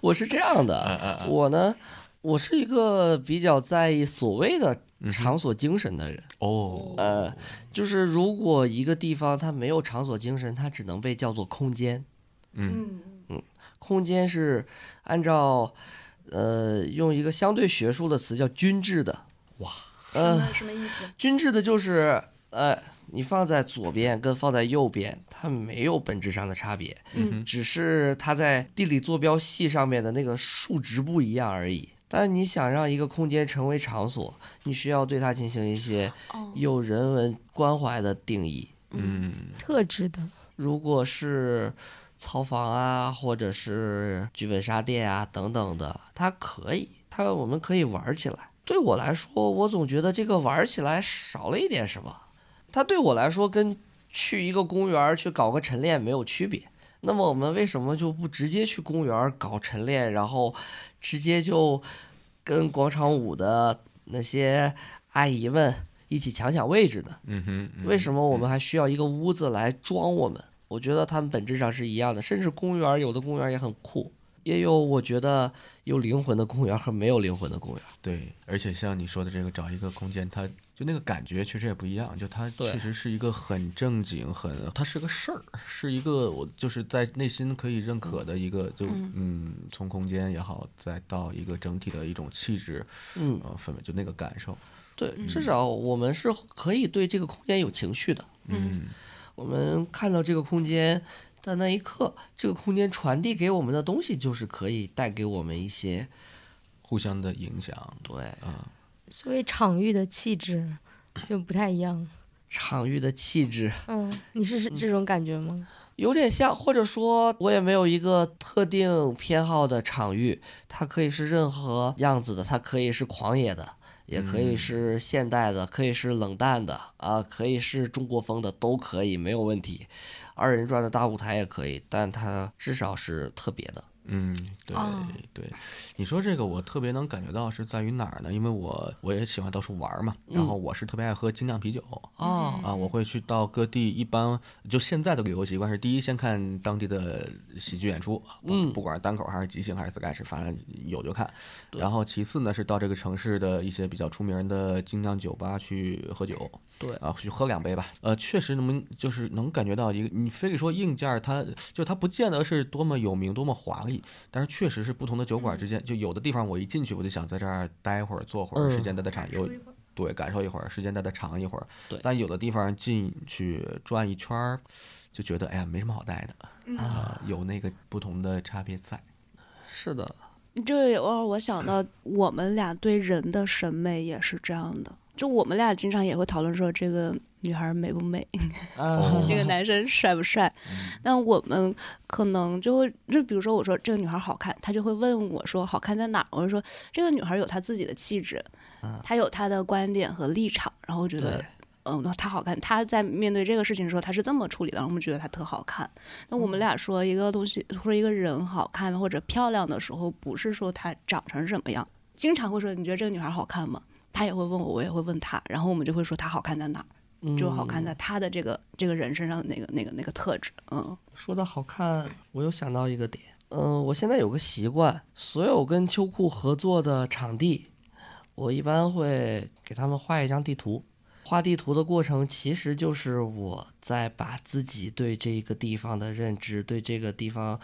我是这样嗯的，我呢，我是一个比较在意所谓的嗯场所精神的人。哦，呃，就是如果一个地方它没有场所精神，它只能被叫做空间。嗯嗯，空间是按照呃用一个相对学术的词叫均质的。哇，呃，什么意思？均质的就是呃，你放在左边跟放在右边，它没有本质上的差别，嗯只是它在地理坐标系上面的那个数值不一样而已。但你想让一个空间成为场所，你需要对它进行一些哦，有人文关怀的定义。嗯，特制的，如果是草房啊，或者是剧本杀店啊等等的，它可以，它我们可以玩起来。对我来说，我总觉得这个玩起来少了一点什么。它对我来说跟去一个公园儿去搞个晨练没有区别。那么我们为什么就不直接去公园儿搞晨练，然后直接就跟广场舞的那些阿姨们一起抢抢位置呢？嗯哼，为什么我们还需要一个屋子来装我们？我觉得它们本质上是一样的，甚至公园儿有的公园儿也很酷，也有我觉得有灵魂的公园儿和没有灵魂的公园儿。对，而且像你说的这个找一个空间，它就那个感觉确实也不一样，就它对确实是一个很正经，很它是个事儿，是一个我就是在内心可以认可的一个，就嗯嗯，从空间也好，再到一个整体的一种气质，嗯，呃，氛围就那个感受，对，嗯至少我们是可以对这个空间有情绪的。嗯我们看到这个空间的那一刻，这个空间传递给我们的东西，就是可以带给我们一些互相的影响对啊，所谓场域的气质就不太一样。场域的气质。嗯，你是是这种感觉吗？有点像，或者说我也没有一个特定偏好的场域，它可以是任何样子的，它可以是狂野的，也可以是现代的，可以是冷淡的，啊，可以是中国风的，都可以，没有问题。二人转的大舞台也可以，但它至少是特别的。嗯，对哦对，你说这个我特别能感觉到是在于哪儿呢？因为我我也喜欢到处玩儿嘛，然后我是特别爱喝精酿啤酒。嗯哦，啊，我会去到各地，一般就现在的旅游习惯是：第一，先看当地的喜剧演出，不嗯不管是单口还是即兴还是 sketch，反正有就看。然后其次呢，是到这个城市的一些比较出名的精酿酒吧去喝酒，对啊，去喝两杯吧。呃，确实能就是能感觉到一个，你非得说硬件儿它就它不见得是多么有名多么华丽，但是确实是不同的酒馆之间，就有的地方我一进去我就想在这儿待会儿坐会儿，时嗯间待得长，有对，感受一会儿，时间待得长一会儿。对但有的地方进去转一圈儿，就觉得哎呀没什么好待的，嗯啊、有那个不同的差别在。是的，嗯这也让我想到，我们俩对人的审美也是这样的。就我们俩经常也会讨论说，这个女孩美不美， 哦这个男生帅不帅。但我们可能就会，就比如说我说这个女孩好看，他就会问我说好看在哪儿？我就说这个女孩有她自己的气质，她有她的观点和立场，然后觉得对。嗯，那她好看。她在面对这个事情的时候，她是这么处理的，然后我们觉得她特好看。那我们俩说一个东西或者一个人好看或者漂亮的时候，不是说她长成什么样，经常会说你觉得这个女孩好看吗？她也会问我，我也会问她，然后我们就会说她好看在哪儿。只有好看嗯在他的这个这个人身上的那个那个那个特质，嗯，说到好看，我又想到一个点，嗯、我现在有个习惯，所有跟秋裤合作的场地，我一般会给他们画一张地图。画地图的过程其实就是我在把自己对这个地方的认知，对这个地方，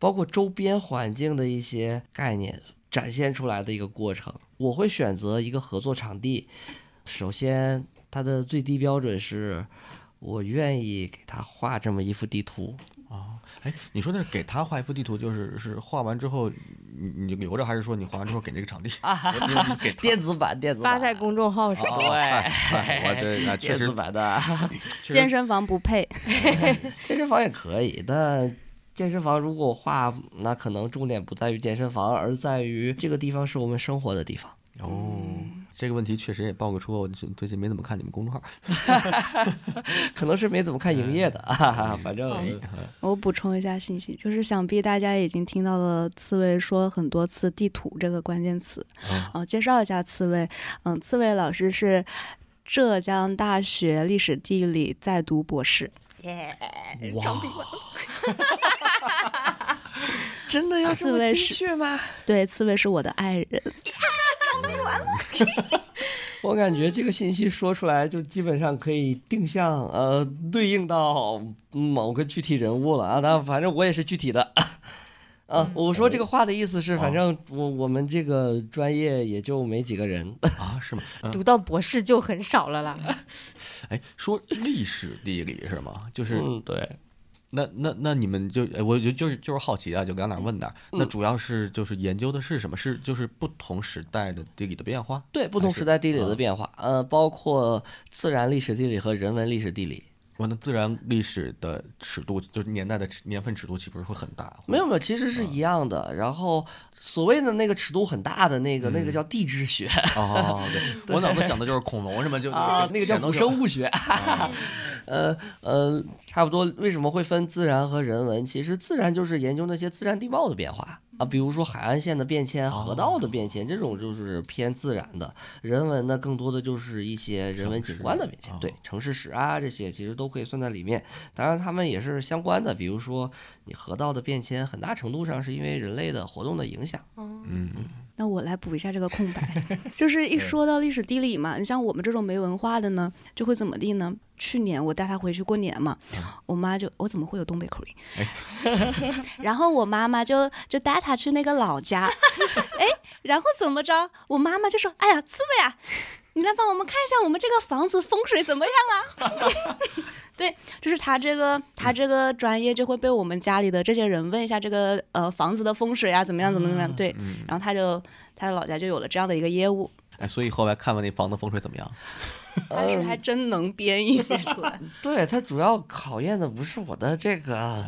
包括周边环境的一些概念展现出来的一个过程。我会选择一个合作场地，首先它的最低标准是，我愿意给他画这么一幅地图，哦，哎，你说那给他画一幅地图，就是是画完之后你你留着，还是说你画完之后给那个 场地？你给他啊电子版，电子版发在公众号上。啊哦嗨我 这啊对，确电实子版的确健实身房不配， 健身房也可以，但健身房如果我画，那可能重点不在于健身房，而在于这个地方是我们生活的地方。 哦。这个问题确实也爆个出，我就最近没怎么看你们公众号。可能是没怎么看营业的，嗯哈哈，反正哦我补充一下信息，就是想必大家已经听到了刺猬说很多次“地图”这个关键词，啊呃，介绍一下刺猬，嗯，刺猬老师是浙江大学历史地理在读博士，耶，哇，真的要这刺么猬精是确吗？对，刺猬是我的爱人，我感觉这个信息说出来，就基本上可以定向呃对应到某个具体人物了啊。那反正我也是具体的。嗯啊，我说这个话的意思是，哦反正我我们这个专业也就没几个人。啊，是吗？读到博士就很少了啦。 哎，说历史地理是吗？就是嗯，对，那那那你们就哎我就就是就是好奇啊，就往哪儿问哪儿。那嗯主要是就是研究的是什么？是就是不同时代的地理的变化。对，不同时代地理的变化，呃，包括自然历史地理和人文历史地理。我那自然历史的尺度，就是年代的尺年份尺度，岂不是会很大？会没有没有，其实是一样的。然后所谓的那个尺度很大的那个，那个叫地质学哦，对，我脑子想的就是恐龙什么，就啊，那个叫古生物。物学。 呃呃，差不多。为什么会分自然和人文？其实自然就是研究那些自然地貌的变化啊，比如说海岸线的变迁、河道的变迁，这种就是偏自然的。人文呢，更多的就是一些人文景观的变迁，对城市史啊这些，其实都可以算在里面。当然，它们也是相关的，比如说你河道的变迁，很大程度上是因为人类的活动的影响。嗯那我来补一下这个空白，就是一说到历史地理嘛，你像我们这种没文化的呢，就会怎么地呢？去年我带他回去过年嘛，我妈就我怎么会有东北口音？ 然后我妈妈就就带他去那个老家， 哎，然后怎么着？我妈妈就说：“哎呀，刺猬啊，你来帮我们看一下我们这个房子风水怎么样啊？”对，就是他这个他这个专业就会被我们家里的这些人问一下这个呃房子的风水啊怎么样怎么怎么样，对，然后他就他的老家就有了这样的一个业务，哎，所以后来看完那房子风水怎么样？但是还真能编一些出 来。对，它主要考验的不是我的这个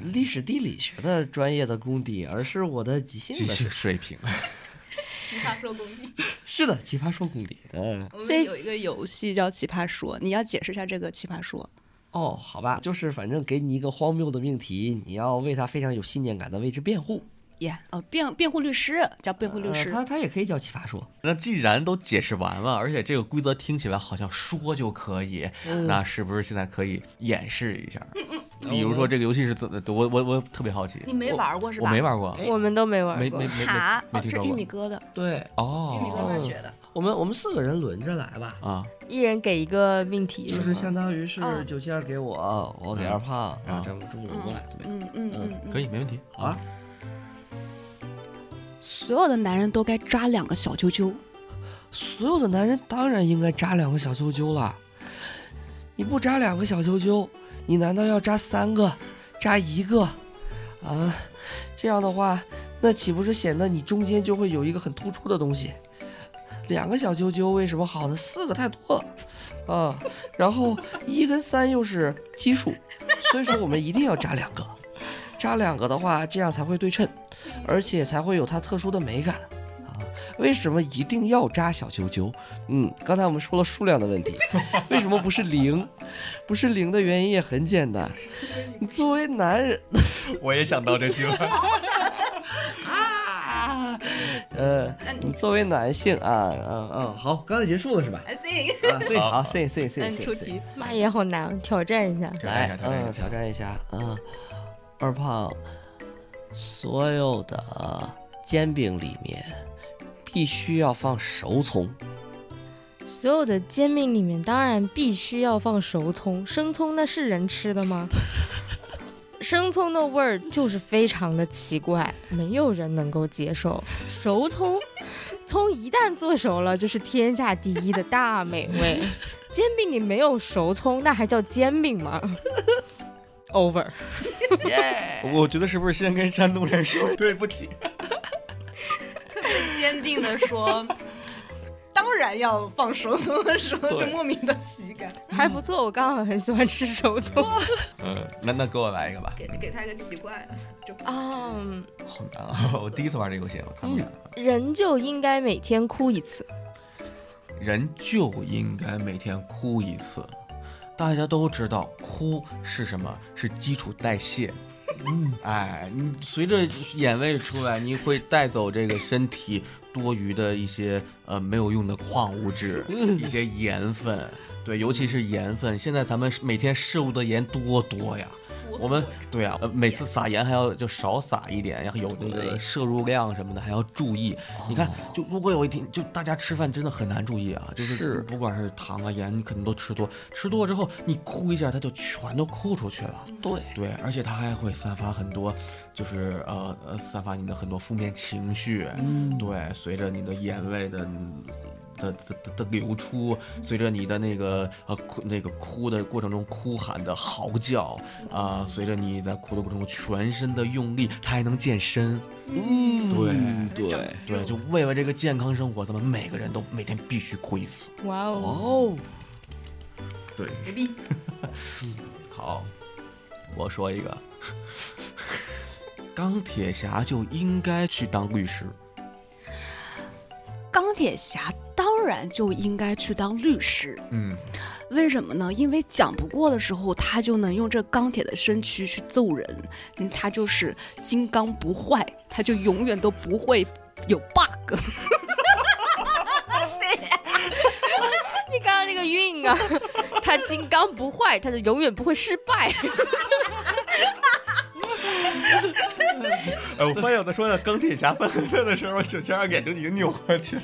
历史地理学的专业的功底，而是我的即兴的。水平。奇葩说公 地，是的，奇葩说功底。嗯，所以有一个游戏叫奇葩说，你要解释一下这个奇葩说。哦，好吧，就是反正给你一个荒谬的命题，你要为他非常有信念感的为之辩护。也呃辩辩护律师叫辩护律呃师，他他也可以叫奇葩说。那既然都解释完了，而且这个规则听起来好像说就可以，那是不是现在可以演示一下？比如说这个游戏是怎么？我我我特别好奇，你没玩过是我吧？没玩过，哎我们都没玩没过没没。没哈，没哦，听这说玉过米哥的，对，哦学的。我们我们四个人轮着来吧，啊，一人给一个命题，就是是吗相当于是嗯九七二给我，我给二胖，然后这么中午我来，怎么样？嗯嗯嗯嗯，可以没问题。好啊，所有的男人都该扎两个小揪揪，所有的男人当然应该扎两个小啾啾啦。你不扎两个小啾啾，你难道要扎三个？扎一个？啊，这样的话，那岂不是显得你中间就会有一个很突出的东西？两个小啾啾为什么好呢？四个太多了，啊，然后一跟三又是奇数，所以说我们一定要扎两个。扎两个的话，这样才会对称，而且才会有它特殊的美感。为什么一定要扎小球球？嗯，刚才我们说了数量的问题，为什么不是零？不是零的原因也很简单，你作为男人，我也想到这句了，呃，你作为男性啊，嗯嗯，好，刚才结束了是吧？ I think，啊，所以好好，所以所以所以嗯，所出以所以，题，妈也好难，挑战一下。挑战一来下，，挑战一下嗯，挑，战一下，嗯，二胖，所有的煎饼里面必须要放熟葱，所有的煎饼里面，当然必须要放熟葱，生葱那是人吃的 吗？生葱的味儿就是非常的奇怪，没有人能够接受。熟葱，葱一旦做熟了，就是天下第一的大美 味。煎饼里没有熟葱，那还叫煎饼吗 ？Over。我觉得是不是先跟山东人说对不起？坚定的 说。当然要放手，怎么说对是莫名的喜感？还不错，我刚好很喜欢吃手葱。嗯，那那给我来一个吧。给给他一个奇怪的，啊、好难啊！ 我第一次玩这个游戏，我看不了。人就应该每天哭一次。人就应该每天哭一次。大家都知道，哭是什么？是基础代谢。嗯，哎，你随着眼泪出来，你会带走这个身体多余的一些呃没有用的矿物质，一些盐分。对，尤其是盐分，现在咱们每天摄入的盐多多呀。我们对啊，呃每次撒盐还要就少撒一点，然后有那个对摄入量什么的还要注意。你看，就如果有一天，就大家吃饭真的很难注意啊，就是是不管是糖啊盐，你可能都吃多，吃多之后你哭一下，它就全都哭出去了。对，对，而且它还会散发很多，就是呃呃，散发你的很多负面情绪。嗯，对，随着你的眼泪的的的的的流出，随着你的那个呃哭那个哭的过程中哭喊的嚎叫啊、随着你在哭的过程中全身的用力，它还能健身。嗯，对对，对，就为了这个健康生活，咱们每个人都每天必须哭一次。哇哦！哦，对，牛逼！ 好，我说一个，钢铁侠就应该去当律师。钢铁侠当然就应该去当律师，嗯，为什么呢？因为讲不过的时候，他就能用这钢铁的身躯去揍人，嗯他就是金刚不坏，他就永远都不会有 bug。你刚刚那个韵啊，他金刚不坏，他就永远不会失败。哎，我发现有的说到钢铁侠三个字的时候，九千二眼睛已经扭过去了。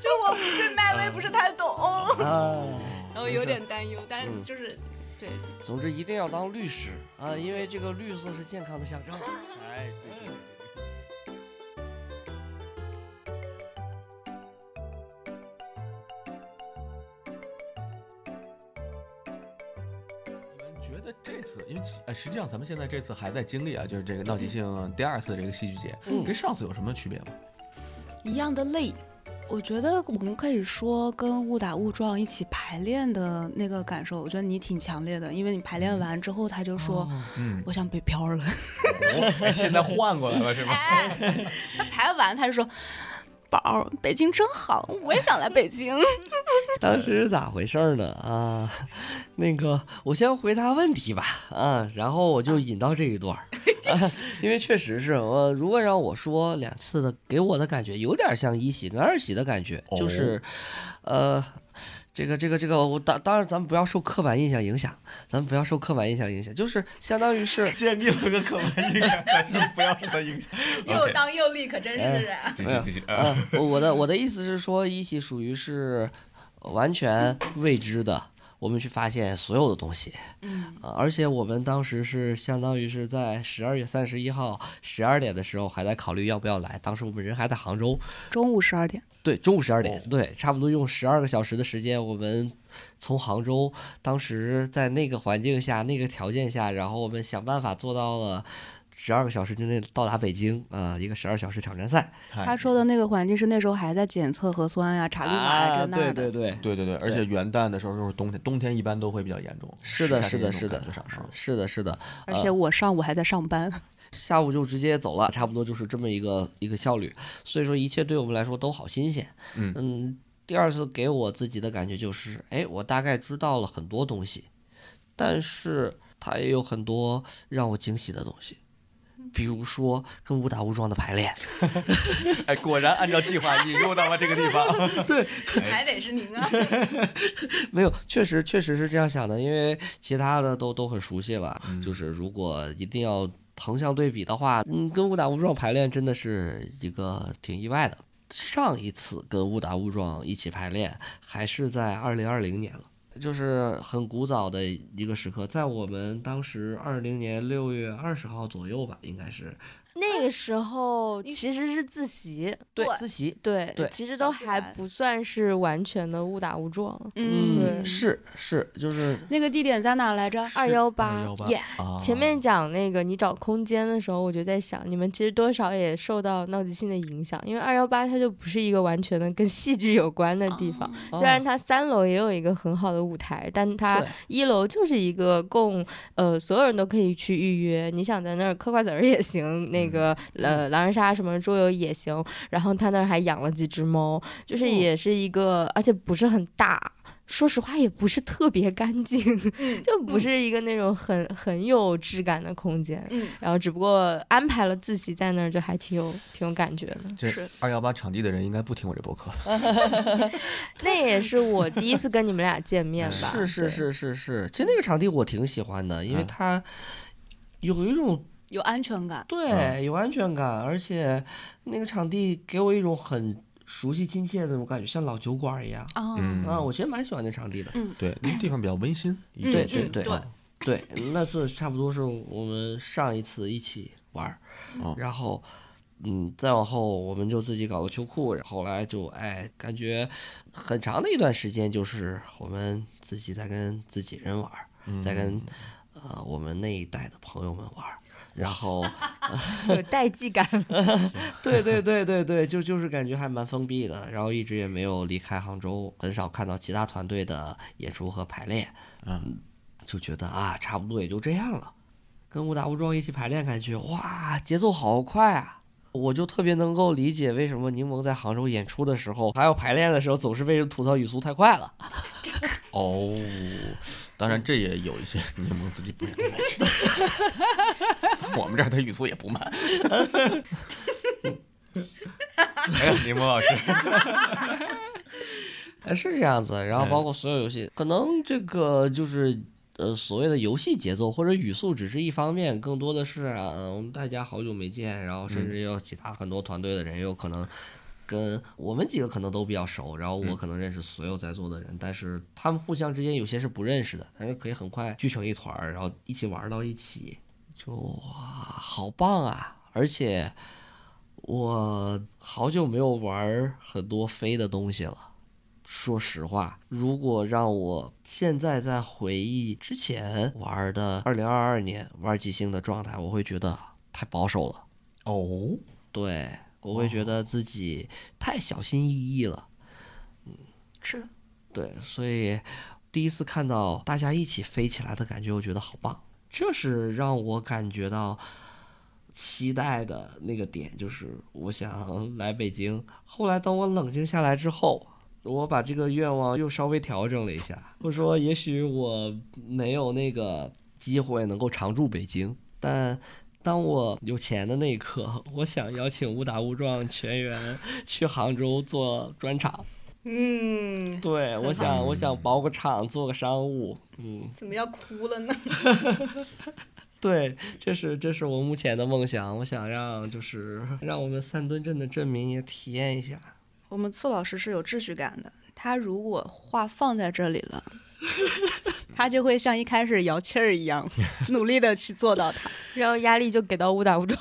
就我对漫威不是太懂，啊。 然后有点担忧，但是嗯就是对。总之一定要当律师啊，因为这个绿色是健康的象征。哎，对对对。你们觉得这次，因为其呃，实际上咱们现在这次还在经历啊，就是这个闹即兴第二次这个戏剧节，嗯跟上次有什么区别吗？一样的累。我觉得我们可以说跟误打误撞一起排练的那个感受，我觉得你挺强烈的，因为你排练完之后他就说， 嗯，哎我想北漂了。 现在换过来了是吗？哎，他排完他就说，宝，北京真好，我也想来北京。 当时是咋回事儿呢？啊，那个我先回答问题吧，啊，然后我就引到这一段 儿、啊因为确实是我如果让我说两次的，给我的感觉有点像一喜跟二喜的感觉，就是，呃。这个这个这个，我当当然，咱们不要受刻板印象影响，咱们不要受刻板印象影响，就是相当于 是建立了个刻板印象，但是不要受他影响。 又当又立，可真是啊！继续继续，嗯啊，我我的我的意思是说，一系属于是完全未知的，我们去发现所有的东西。嗯、而且我们当时是相当于是在十二月三十一号十二点的时候还在考虑要不要来，当时我们人还在杭州，中午十二点，对，中午十二点，对，差不多用十二个小时的时间，我们从杭州，当时在那个环境下、那个条件下，然后我们想办法做到了十二个小时之内到达北京啊、一个十二小时挑战赛。他说的那个环境是那时候还在检测核酸呀、查绿码哎呀啊，这那对的。对对，对对对，而且元旦的时候又是冬天，冬天一般都会比较严重。是的，夏是天的，这种是的感觉上嗯升，是的，是的，而啊且我上午还在上班，下午就直接走了，差不多就是这么一个一个效率。所以说一切对我们来说都好新鲜。嗯第二次给我自己的感觉就是，哎，我大概知道了很多东西，但是它也有很多让我惊喜的东西。比如说跟误打误撞的排练，哎，果然按照计划引入到了这个地 方。哎还得是 您啊！没有，确实确实是这样想的，因为其他的都都很熟悉了。就是如果一定要横向对比的话，嗯，跟误打误撞排练真的是一个挺意外的。上一次跟误打误撞一起排练，还是在二零二零年了。就是很古早的一个时刻，在我们当时二零年六月二十号左右吧，应该是那个时候其实是自习，对对自习，对，对其实都还不算是完全的误打误撞。嗯对嗯是是，就是那个地点在哪来哦着？二幺八， 118 Yeah 啊前面讲那个你找空间的时候，我就在想，你们其实多少也受到闹极性的影响，因为二幺八它就不是一个完全的跟戏剧有关的地方。虽然它三楼也有一个很好的舞台，但它哦对一楼就是一个供呃所有人都可以去预约，你想在那儿嗑瓜子儿也行，嗯那个呃狼人杀什么桌游也行。然后他那儿还养了几只猫，哦就是也是一个，而且不是很大。说实话，也不是特别干净，嗯就不是一个那种很很有质感的空间。嗯然后只不过安排了自习在那儿，就还挺有挺有感觉的。这是二幺八场地的人应该不听我这播客。那也是我第一次跟你们俩见面吧？哎是是是是是，其实那个场地我挺喜欢的，因为嗯它有一种有安全感，对有安全感，而且那个场地给我一种很熟悉亲切的那种感觉，像老酒馆儿一样。哦啊，啊，我其实蛮喜欢那场地的。嗯对，那地方比较温馨。一种对对是对对对，那次差不多是我们上一次一起玩儿嗯，然后。嗯，再往后我们就自己搞个秋裤，然后后来就哎，感觉很长的一段时间就是我们自己在跟自己人玩儿，嗯在跟呃我们那一代的朋友们玩儿，然后有代际感。对对对对对，就就是感觉还蛮封闭的，然后一直也没有离开杭州，很少看到其他团队的演出和排练，嗯，就觉得啊，差不多也就这样了。跟误打误撞一起排练，感觉哇，节奏好快啊！我就特别能够理解为什么柠檬在杭州演出的时候，还有排练的时候，总是被人吐槽语速太快了。哦，当然这也有一些柠檬自己本人的原因。我们这儿的语速也不 慢。哎呀，柠檬老师，呃，是这样子。然后包括所有游戏，可能这个就是呃所谓的游戏节奏或者语速只是一方面，更多的是啊，呃我们大家好久没见，然后甚至也有其他很多团队的人也有可能。跟我们几个可能都比较熟，然后我可能认识所有在座的人，但是他们互相之间有些是不认识的，但是可以很快聚成一团儿，然后一起玩到一起，就哇，好棒啊！而且我好久没有玩儿很多飞的东西了。说实话，如果让我现在再回忆之前玩的二零二二年玩即兴的状态，我会觉得太保守了。哦，对，我会觉得自己太小心翼翼了。是的，对，所以第一次看到大家一起飞起来的感觉，我觉得好棒。这是让我感觉到期待的那个点就是，我想来北京。后来等我冷静下来之后，我把这个愿望又稍微调整了一下，我说也许我没有那个机会能够常驻北京，但。当我有钱的那一刻，我想邀请误打误撞全员 去杭州做专场。嗯，对，我想，我想包个场，做个商务。怎么要哭了呢？ 对，这是这是我目前的梦想。我想让就是让我们三墩镇的镇民也体验一下。我们醋老师是有秩序感的，他如果话放在这里 了，他就会像一开始摇气儿一 样，努力的去做到它。 然后压力就给到误打误撞。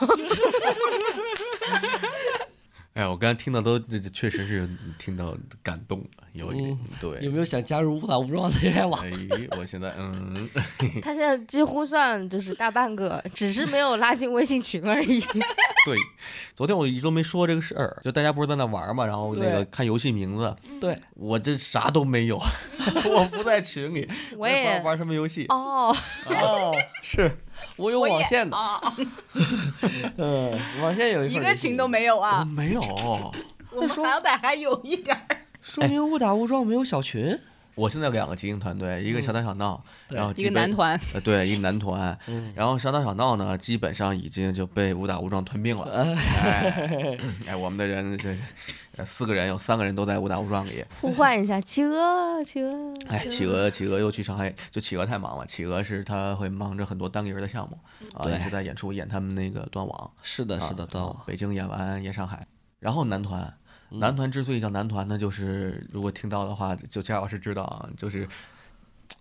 哎呀，我刚才听到都这这确实是有听到感动了，有一点、嗯对。有没有想加入误打误撞的愿望？哎，我现在嗯， 他现在几乎算就是大半个，只是没有拉进微信群而已。对，昨天我一直都没说这个事儿，就大家不是在那玩嘛，然后那个对看游戏名字，对，我这啥都没有， 我不在群里，我也不知也道玩什么游戏。哦，哦， 是我有网线的，啊，嗯，网线有一份一儿哎个游戏群都，没有我啊，没有，我们好歹还有一点儿。说明误打误撞没有小群。我现在有两个集英团队，一个小打小闹，对然后一基个本男，团，呃，对，一个男团，然后小打小闹呢，基本上已经就被误打误撞吞并了。哎，哎，我们的人这呃四个人有三个人都在误打误撞里，互换一下，企鹅，企鹅。哎，企鹅，企鹅又去上海，就企鹅太忙了。企鹅是他会忙着很多单个人的项目，啊，对一直在演出，演他们那个断网，是的，是的，哦啊端然后网。北京演完演上海，然后男团，嗯男团之所以叫男团呢，就是如果听到的话，就佳老师知道啊，就是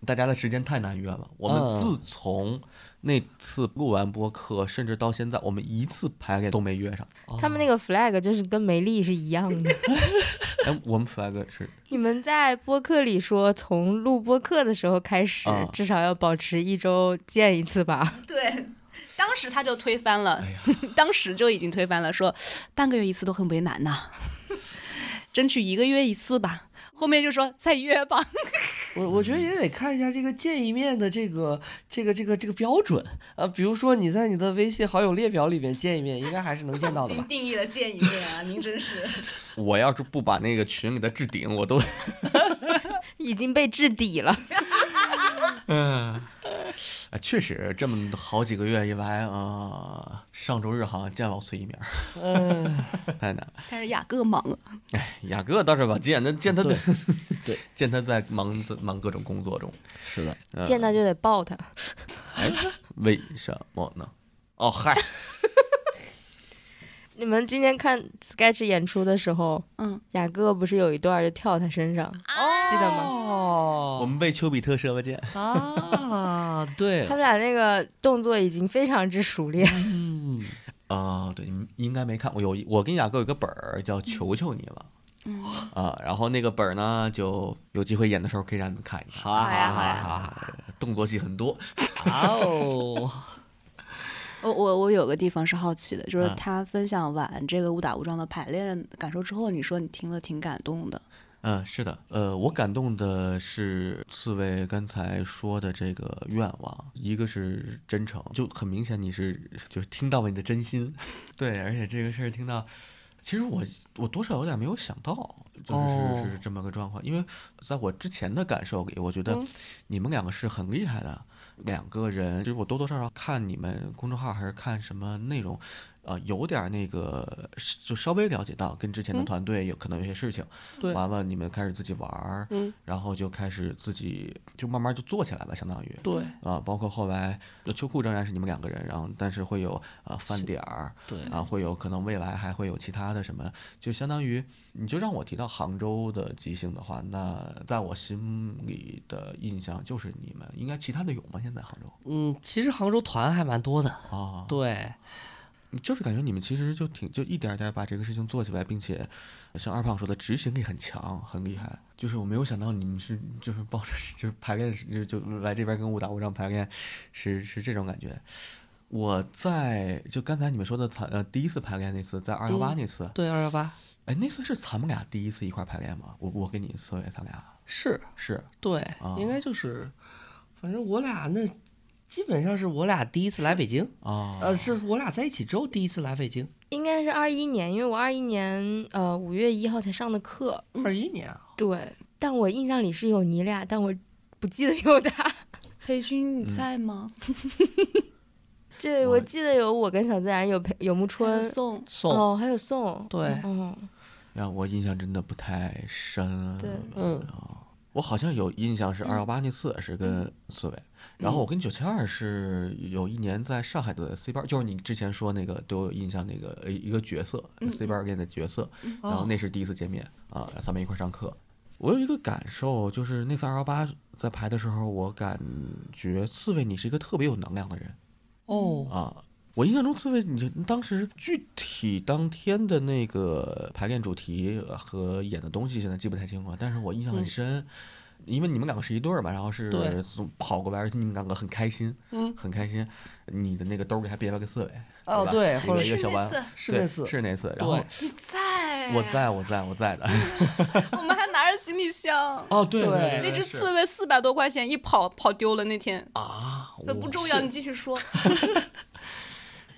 大家的时间太难约了。我们嗯自从那次录完播客，甚至到现在，我们一次排练都没约上。他们那个 flag 就是跟梅丽是一样的。 哎，我们 flag 是你们在播客里说，从录播客的时候开始，啊至少要保持一周见一 次吧。对，当时他就推翻了， 当时就已经推翻了，说半个月一次都很为难呐、争取一个月一次吧。后面就说再约吧，我我觉得也得看一下这个见一面的这个这个这个这个标准啊，比如说你在你的微信好友列表里面见一面，应该还是能见到的新吧？ 定义了见一面啊，您真 是。我要是不把那个群给他置顶，我都已经被置底了，嗯，哎，确实这么好几个月以来啊、呃上周日好像见老崔一面，嗯，太难了。但是雅各忙了，哎，雅各倒是吧，见那见他对对， 见他在忙在忙各种工作中， 是的，呃见到就得抱他。为什么呢？哦 嗨，你们今天看 Sketch 演出的时候，嗯，雅各不是有一段就跳他身上，记得吗？我哦，们被丘比特射了箭，啊，对他，们俩那个动作已经非常之熟练。嗯，啊、对，你们应该没看过。有一我跟雅各有个本儿叫《求求你了》，啊、然后那个本儿呢，就有机会演的时候可以让你们看一看，好啊好呀好啊好好啊动作戏很多。好啊，哦，我我我有个地方是好奇的，就是嗯他分享完这个误打误撞的排练感受之后，你说你听了挺感动的，嗯，是的，呃，我感动的是四位刚才说的这个愿望，一个是真诚，就很明显你是就是听到了你的真心， 对，而且这个事儿听到，其实我我多少有点没有想到，就是是、哦是这么个状况，因为在我之前的感受里，我觉得你们两个是很厉害的、两个人，就是我多多少少看你们公众号还是看什么内容。呃，有点儿那个，就稍微了解到跟之前的团队有可能有些事情，对完了你们开始自己玩儿，嗯然后就开始自己就慢慢就做起来了，相当于 对啊、包括后来呃秋裤仍然是你们两个人，然后但是会有呃饭点儿对，啊，会有可能未来还会有其他的什么，就相当于你就让我提到杭州的即兴的话，那在我心里的印象就是你们应该其他的有吗？现在杭州嗯，其实杭州团还蛮多的，啊，对，就是感觉你们其实就挺就一点儿点儿把这个事情做起来，并且像二胖说的，执行力很强，很厉害。就是我没有想到你们是就是抱着就是排练就就来这边跟误打误撞排练，是是这种感觉。我在就刚才你们说的咱呃第一次排练那次，在二幺八嗯那次，对二幺八哎、那次是咱们俩第一次一块儿排练吗？我我跟你四位咱俩是，是对啊，应该就是，反正我俩那基本上是我俩第一次来北京，啊，呃，是我俩在一起之后第一次来北京，应该是二一年，因为我二一年呃五月一号才上的课，二一年啊，对，但我印象里是有你俩，但我不记得有他。裴勋，你在吗？ 对，哇我记得有我跟小自然，有裴有木春，送送，哦，还有宋，对哦，呀，我印象真的不太深。啊对嗯，我好像有印象是二幺八那次是跟四伟，然后我跟九七二是有一年在上海的 C 班，就是你之前说那个对我有印象那个呃一个角色 C 班里的角色，然后那是第一次见面啊，咱们一块儿上课。我有一个感受，就是那次二幺八在排的时候，我感觉刺猬你是一个特别有能量的人。哦，啊。我印象中，刺猬，你就当时具体当天的那个排练主题和演的东西，现在记不太清了，但是我印象很深，因为你们两个是一对儿嘛，然后是嗯对总跑过来，而且你们两个很开心，嗯很开心。你的那个兜里还别了个刺猬，哦吧对，一后个来一个小玩那次是对那次，是那次。然后你在？我在，我在，我在的。我们还拿着行 李箱。哦，对对对那只是刺猬四百多块钱一跑跑丢了那天，啊，我呃不重要，你继续说。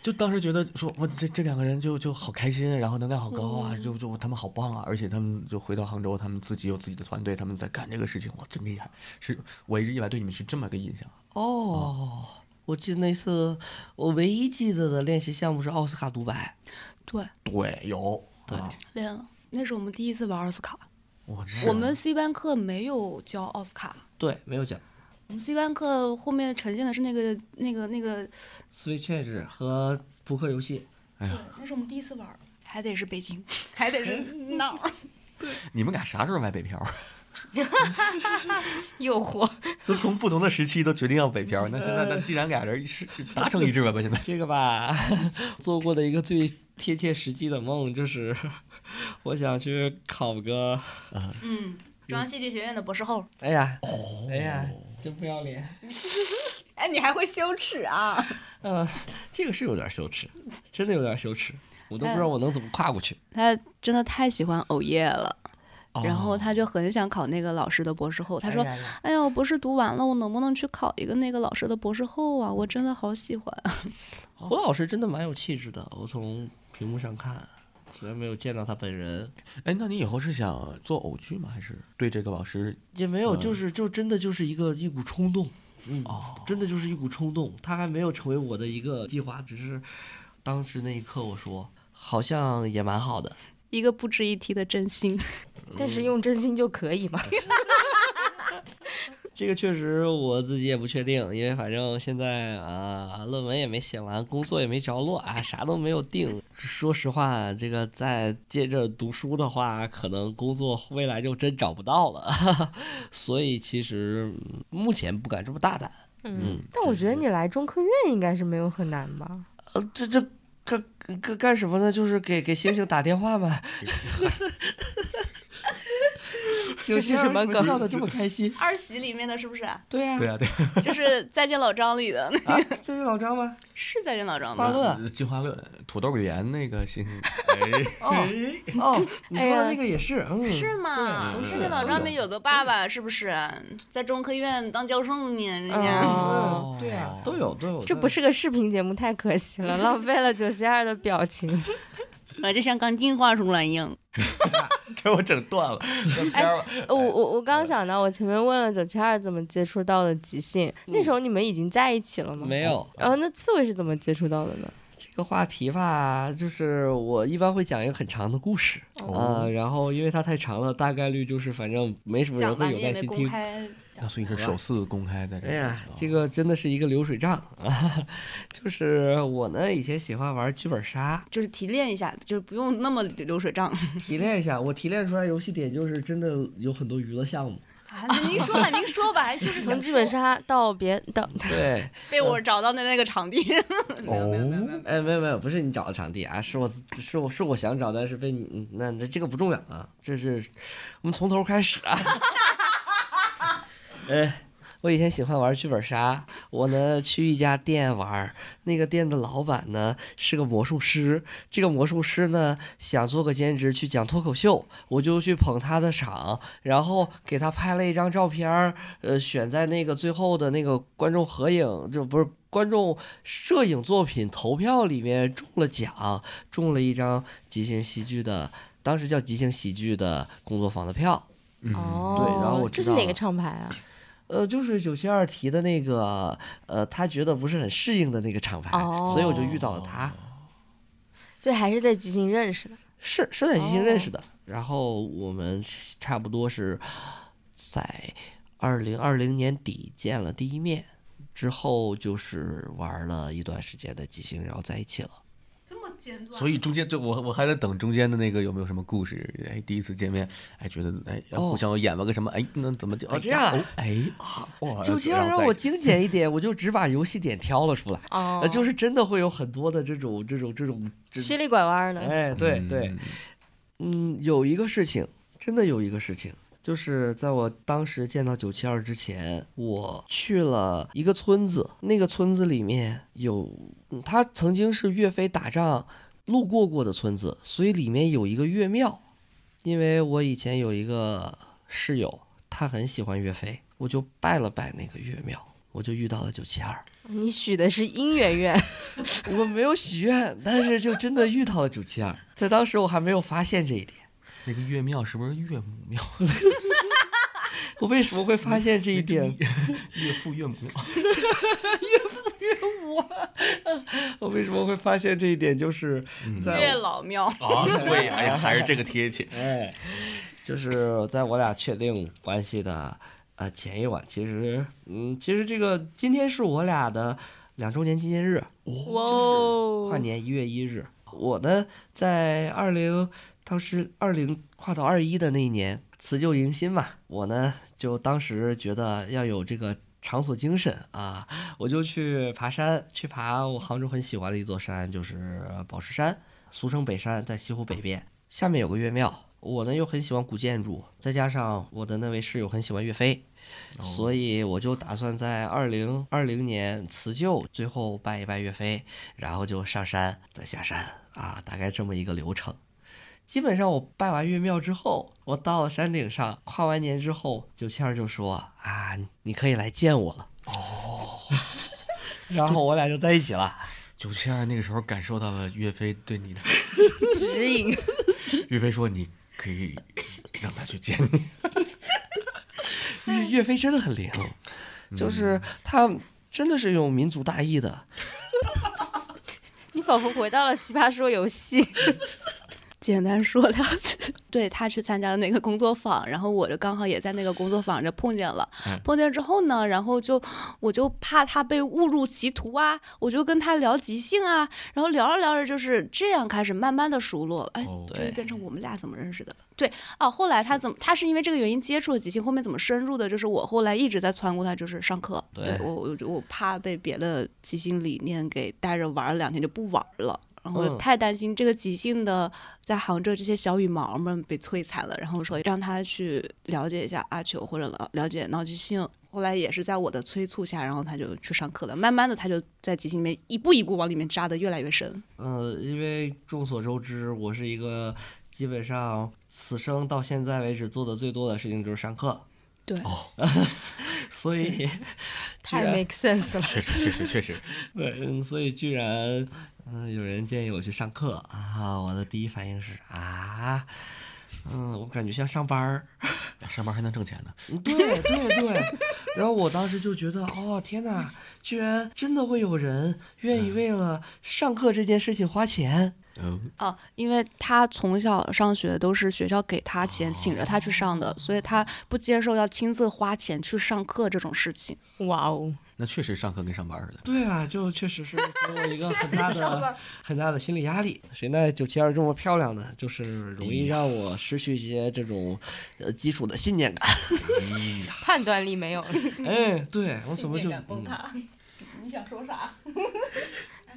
就当时觉得说，哇，这这两个人就就好开心，然后能量好高啊，就就他们好棒啊，而且他们就回到杭州，他们自己有自己的团队，他们在干这个事情，哇，真厉害！是我一直以来对你们是这么个印象哦，我记得那次我唯一记得的练习项目是奥斯卡独白， 对，对，有，对啊练了，那是我们第一次玩奥斯卡。我我们 C 班课没有教奥斯卡，对，没有讲我们 C 班课后面呈现的是那个那个那个， Switch Change 和扑克游戏，哎那是我们第一次玩儿，还得是北京，还 得是那儿。你们俩啥时候来北漂？诱惑， 都从不同的时期都决定要北 漂，那现在那既然俩人是达成一致了吧？ 现在这个吧， 做过的一个最贴切实际的梦就是，我想去考个，嗯，中央戏剧学院的博士 后。哎呀，哦哎呀，真不要脸。哎，你还会羞耻啊？嗯、这个是有点羞耻，真的有点羞耻，我都不知嗯道我能怎么跨过去。 他真的太喜欢偶夜了。哦然后他就很想考那个老师的博士后，他说：“哦哎呀，我博士读完了，我能不能去考一个那个老师的博士后啊？我真的好喜欢。啊胡老师真的蛮有气质的，我从屏幕上看，虽然没有见到他本人，哎，那你以后是想做偶剧吗？还是对这个老师？也没嗯有，就是就真的就是一个一股冲动，嗯，哦哦真的就是一股冲动。他还没有成为我的一个计划，只是当时那一刻我说，好像也蛮好的。一个不值一提的真心， 但是用真心就可以嘛？这个确实我自己也不确定，因为反正现在啊，论文也没写完，工作也没着落啊，啥都没有定。说实话，这个再接着读书的话，可能工作未来就真找不到了。 所以其实嗯目前不敢这么大胆。嗯，但我觉得你来中科院应该是没有很难吧？呃，这这干干干什么呢？就是给给星星打电话 嘛。这是什么梗笑的这 么开心？二喜里面的是不是？对呀、啊，对啊，就是《再见老张》里的，啊， 这是老张吗？是《再见老张》巴吗？乐进化论、土豆语言那个新， 哎哦哦， 你说的那个也是，嗯，是吗？对啊《都是再见老张》里面有个爸爸，是不是啊在中科院当教授呢？人家哦，嗯对哎呀、都有都有。这不是个视频节目，太可惜了，浪费了九七二的表情。我就像刚进化出来一样。给我整断了，断片儿了。我哎我我嗯刚想到，我前面问了九七二怎么接触到的即兴，那时候你们已经在一起了吗？嗯没。有然后那刺猬是怎么接触到的呢？这个话题吧，就是我一般会讲一个很长的故事啊、呃然后因为它太长了，大概率就是反正没什么人讲完会有你也耐没心公听。开，那所以是首次公开在这哎儿呀啊，这个真的是一个流水账啊！ 就是我呢，以前喜欢玩剧本杀，就是提炼一下，就是不用那么流水 账。提炼一下，我提炼出来游戏点就是真的有很多娱乐项目。啊，那您说吧，您说吧，就是从想剧本说杀到别到，对，被我找到的那个场 地，嗯哦，哎，没有没有，不是你找的场地啊，是我自是我是我想找，但是被你嗯那那这个不重要啊，这是我们从 头开始啊。哎，我以前喜欢玩剧本杀，我呢去一家店玩儿，那个店的老板呢是个魔术师，这个魔术师呢想做个兼职去讲脱口秀，我就去捧他的场，然后给他拍了一张照片儿，呃，选在那个最后的那个观众合影，就不是观众摄影作品投票里面中了奖，中了一张即兴喜剧的，当时叫即兴喜剧的工作坊的票。嗯哦，对然后我这知是道哪了个厂牌啊？呃，就是九七二提的那个，呃，他觉得不是很适应的那个厂牌，哦所以我就遇到了他，所以还是在即兴认识的。是是在即兴认哦识的。然后我们差不多是在二零二零年底见了第一面，之后就是玩了一段时间的即兴，然后在一起了。这么简短，所以中间对我我还在等中间的那个有没有什么故事？哎，第一次见面，哎，觉得哎要互哦相演了个什么？哎，那怎么就哦哎这呀样哦哎啊，哇就这样然后让再我精简一点，我就只把游戏点挑了出来。哦呃，，就是真的会有很多的这种这种这种，这曲里拐弯的。哎，对对，嗯，有一个事情，真的有一个事情，就是在我当时见到九七二之前，我去了一个村子，那个村子里面有，嗯它曾经是岳飞打仗路过过的村子，所以里面有一个岳庙。因为我以前有一个室友，他很喜欢岳飞，我就拜了拜那个岳庙，我就遇到了九七二。你许的是姻缘 愿，我没有许愿，但是就真的遇到了九七二，在当时我还没有发现这一点。那个岳庙是不是岳母庙？我为什么会发现这一点？岳父岳母庙？ 我为什么会发现这一点？就是在月我、老庙， 啊，对，哎呀，还是这个贴切。哎，就是在我俩确定关系的呃前一晚，其实嗯，其实这个今天是我俩的两周年纪念日，哇哦！跨年一月一日。我呢，在二零当时二零跨到二一的那一年，辞旧迎新嘛，我呢就当时觉得要有这个场所精神啊，我就去爬山，去爬我杭州很喜欢的一座山，就是宝石山，俗称北山，在西湖北边，下面有个岳庙。我呢又很喜欢古建筑，再加上我的那位室友很喜欢岳飞，所以我就打算在二零二零年辞旧，最后拜一拜岳飞，然后就上山再下山啊，大概这么一个流程。基本上我拜完岳庙之后，我到了山顶上，跨完年之后，九七二就说啊，你可以来见我了。 哦，然后我俩就在一起了。九七二那个时候感受到了岳飞对你 的，指引，岳飞说你可以让他去见你。就是 岳飞真的很灵，就是他真的是有民族大义的，你仿佛回到了《奇葩说》游戏。简单说了 解，对他去参加了那个工作坊，然后我就刚好也在那个工作坊这碰见了，碰见之后呢，然后就我就怕他被误入歧途啊，我就跟他聊即兴啊，然后聊着聊着就是这样开始慢慢的熟络了，哎，哦，这就变成我们俩怎么认识的了。对，哦，后来他怎么，他是因为这个原因接触了即兴，后面怎么深入的，就是我后来一直在撺掇他，就是上课。对我，我就我怕被别的即兴理念给带着玩儿两天就不玩儿了。然后我就嗯太担心这个即兴的在杭州这些小羽毛们被摧残了，然后说让他去了解一下阿球或者了了解闹即兴。后来也是在我的催促下，然后他就去上课了。慢慢的，他就在即兴里面一步一步往里面扎的越来越深。呃，因为众所周知，我是一个基本上此生到现在为止做的最多的事情就是上课，对，哦所以居太然 make sense 了，确实确实确实，对，嗯，所以居然嗯、有人建议我去上课啊，我的第一反应是啊。嗯，我感觉像上班儿，哎上班还能挣钱呢。嗯对对对。然后我当时就觉得，哦天哪，居然真的会有人愿意为了上课这件事情花钱。哦，哦，因为他从小上学都是学校给他钱，请着他去上的，所以他不接受要亲自花钱去上课这种事情。哇哦！那确实上课跟上班似的。对啊，就确实是给我一个很 大的、很大的心理压力。谁奈九七二这么漂亮呢？就是容易让我失去一些这种呃基础的信念感。判断力没有了。 哎，对我怎么信就念感崩塌？你想说啥？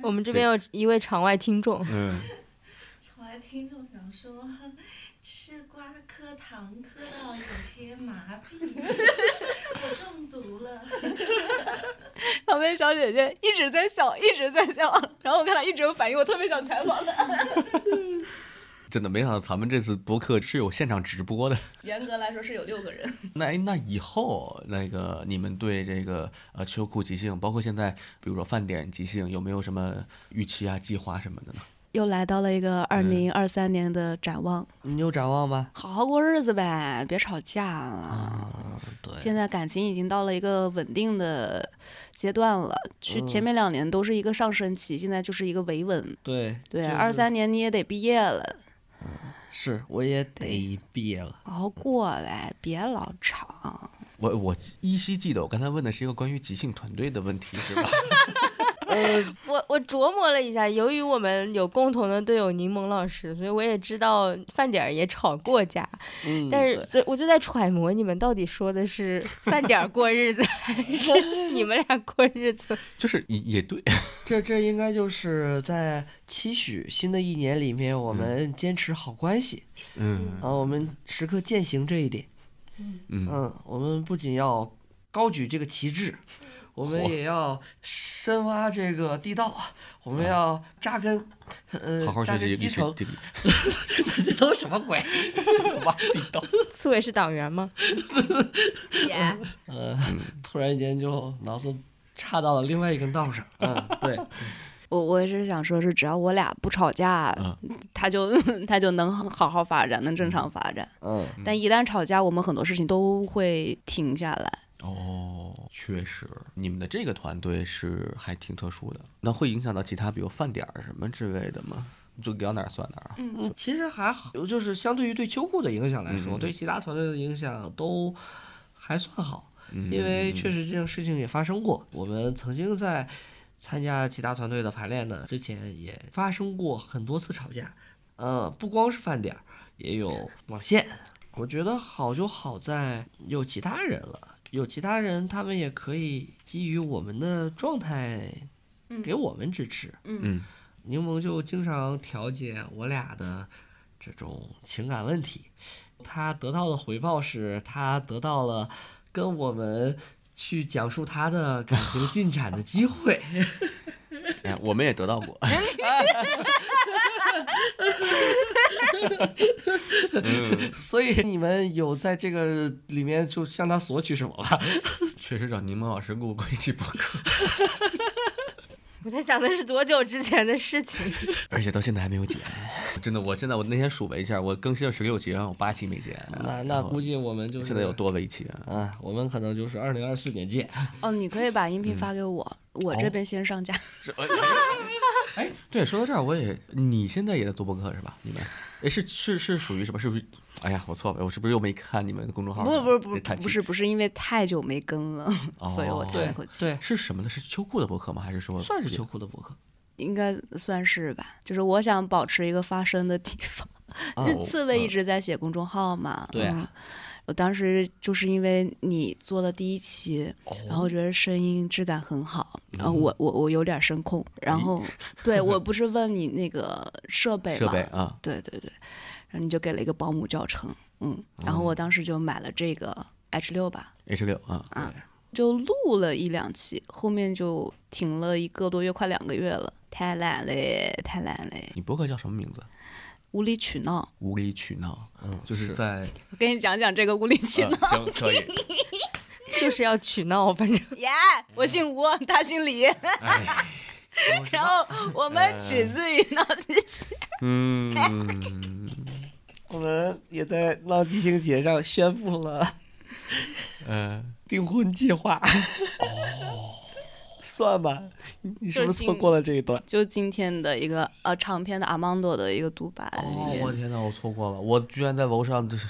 我们这边有一位场外听众，嗯，我还听众想说， 吃瓜磕糖磕到 有些麻痹，我中毒了。他薇小姐姐一直在笑，一直在笑，然后我看她一直有反应，我特别想采访她。真的没想到咱们这次播客是有现场直播的。 严格来说是有六个人，那哎那以后那个你们对这个呃秋裤即兴，包括现在比如说饭点即兴，有没有什么预期啊、计划什么的呢？又来到了一个嗯二零二三年的展望，你有展望吗？好好过日子呗，别吵架啊。嗯啊，对，现在感情已经到了一个稳定的阶段了，去前嗯面两年都是一个上升期，现在就是一个维稳。对对，就是二三年你也得毕业了，是我也得毕业了，好好过呗，别老吵。我我依稀记得我刚才问的是一个关于即兴团队的问题，是吧？ 我我琢磨了一下，由于我们有共同的队友柠檬老师，所以我也知道饭点儿也吵过架，嗯但是所以我就在揣摩你们到底说的是饭点儿过日子， 还是你们俩过日子？就是也也对，这这应该就是在期许新的一年里面，我们坚持好关系、嗯啊，我们时刻践行这一点。嗯，嗯，我们不仅要高举这个旗帜，我们嚯也要深挖这个地道啊，我们要扎根，呃，好好扎学习根基历史层。 地理， 这都什么鬼？挖地道。刺猬是党员吗？ 耶，呃，突然间就脑子岔到了另外一根道上。嗯，对，我我也是想说，是只要我俩不吵架，嗯他就 他就能好好发展，能正常发展。 嗯，但一旦吵架，我们很多事情都会停下来。哦，确实，你们的这个团队是还挺特殊的，那会影响到其他，比如饭点儿什么之类的吗？就聊哪儿算哪儿啊？嗯，其实还好，就是相对于对秋裤的影响来嗯说，嗯对其他团队的影响都还算好，嗯因为确实这种事情也发生过。我们曾经在参加其他团队的排练呢，之前也发生过很多次吵架，呃，不光是饭点儿，也有网线。我觉得好就好在有其他人了，有其他人他们也可以基于我们的状态给我们支持。嗯柠檬就经常调解我俩的这种情感问题。他得到的回报是他得到了跟我们去讲述他的 感情进展的机会。哎，我们也得到过。嗯所以你们有在这个里面就向他索取什么吧？嗯确实找柠檬老师给我过一期播客，我在想的是多久之前的事情。 而且到现在还没有剪。真的，我现在我那天数了一下，我更新了十六期，然后有八期没剪。那然那后估计我们就是现在有多了一期啊。啊，我们可能就是二零二四年见。哦，你可以把音频发给我，我这嗯哦边先上架。 哎，对，说到这儿，我也，你现在也在做播客是吧？你们，哎，是是是属于什么？是不是？哎呀，我错了，我是不是又没看你们的公众号呢？不是不得是不叹是气不是不是因为太久没更了，所以我叹了口气。对，哦是什么呢？是秋裤的博客吗？还是说算是别秋裤的博客。应该算是吧。就是我想保持一个发声的地方。啊那刺猬嗯一直在写公众号嘛？对啊嗯我当时就是因为你做了第一期，哦然后觉得声音质感很好，然嗯后我我我有点声控，然后 对我不是问你那个设备哎设嘛备，啊？对对对，然后你就给了一个保姆教程，嗯，哦然后我当时就买了这个 H 六吧， H 六啊，就录了一两期，后面就停了一个多月，快两个月了，太懒嘞，太懒嘞，你博客叫什么名字？无理取闹。无理取闹，嗯，就是在我跟你讲讲这个无理 取闹。嗯行可以，就是要取闹，反正耶、我姓吴，他姓李， 哎，然后我呃们取自于闹鸡血。嗯，我们也在浪迹星节上宣布了 呃，订婚计划。哦，算吧，你你是不就是今错过了这一段？ 就今天的一个呃长篇的阿曼多的一个独白哦里，面我天呐，我错过了，我居然在楼上就是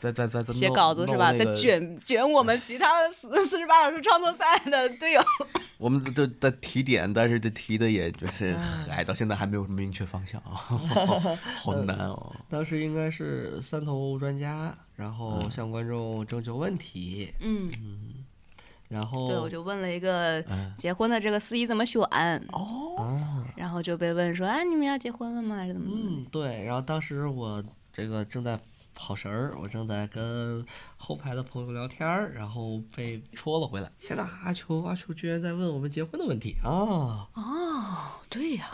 在在在在写弄稿子是弄吧？那在个卷卷我们其他的四四十八小时创作赛的队友。我们都在提点，但是这提的也就是，嗯哎，到现在还没有什么明确方 向， 好难哦。当时应该是三头专家，然后向观众征求问题，嗯，然后哦对，我就问了一个嗯结婚的这个司仪怎么选。哦然后就被问说：“哎，你们要结婚了吗？还是怎么怎么嗯对，然后当时我这个正在跑神儿，我正在跟后排的朋友聊天儿，然后被戳了回来。天呐，阿秋，阿秋居然在问我们结婚的问题啊！嗯哦，对呀、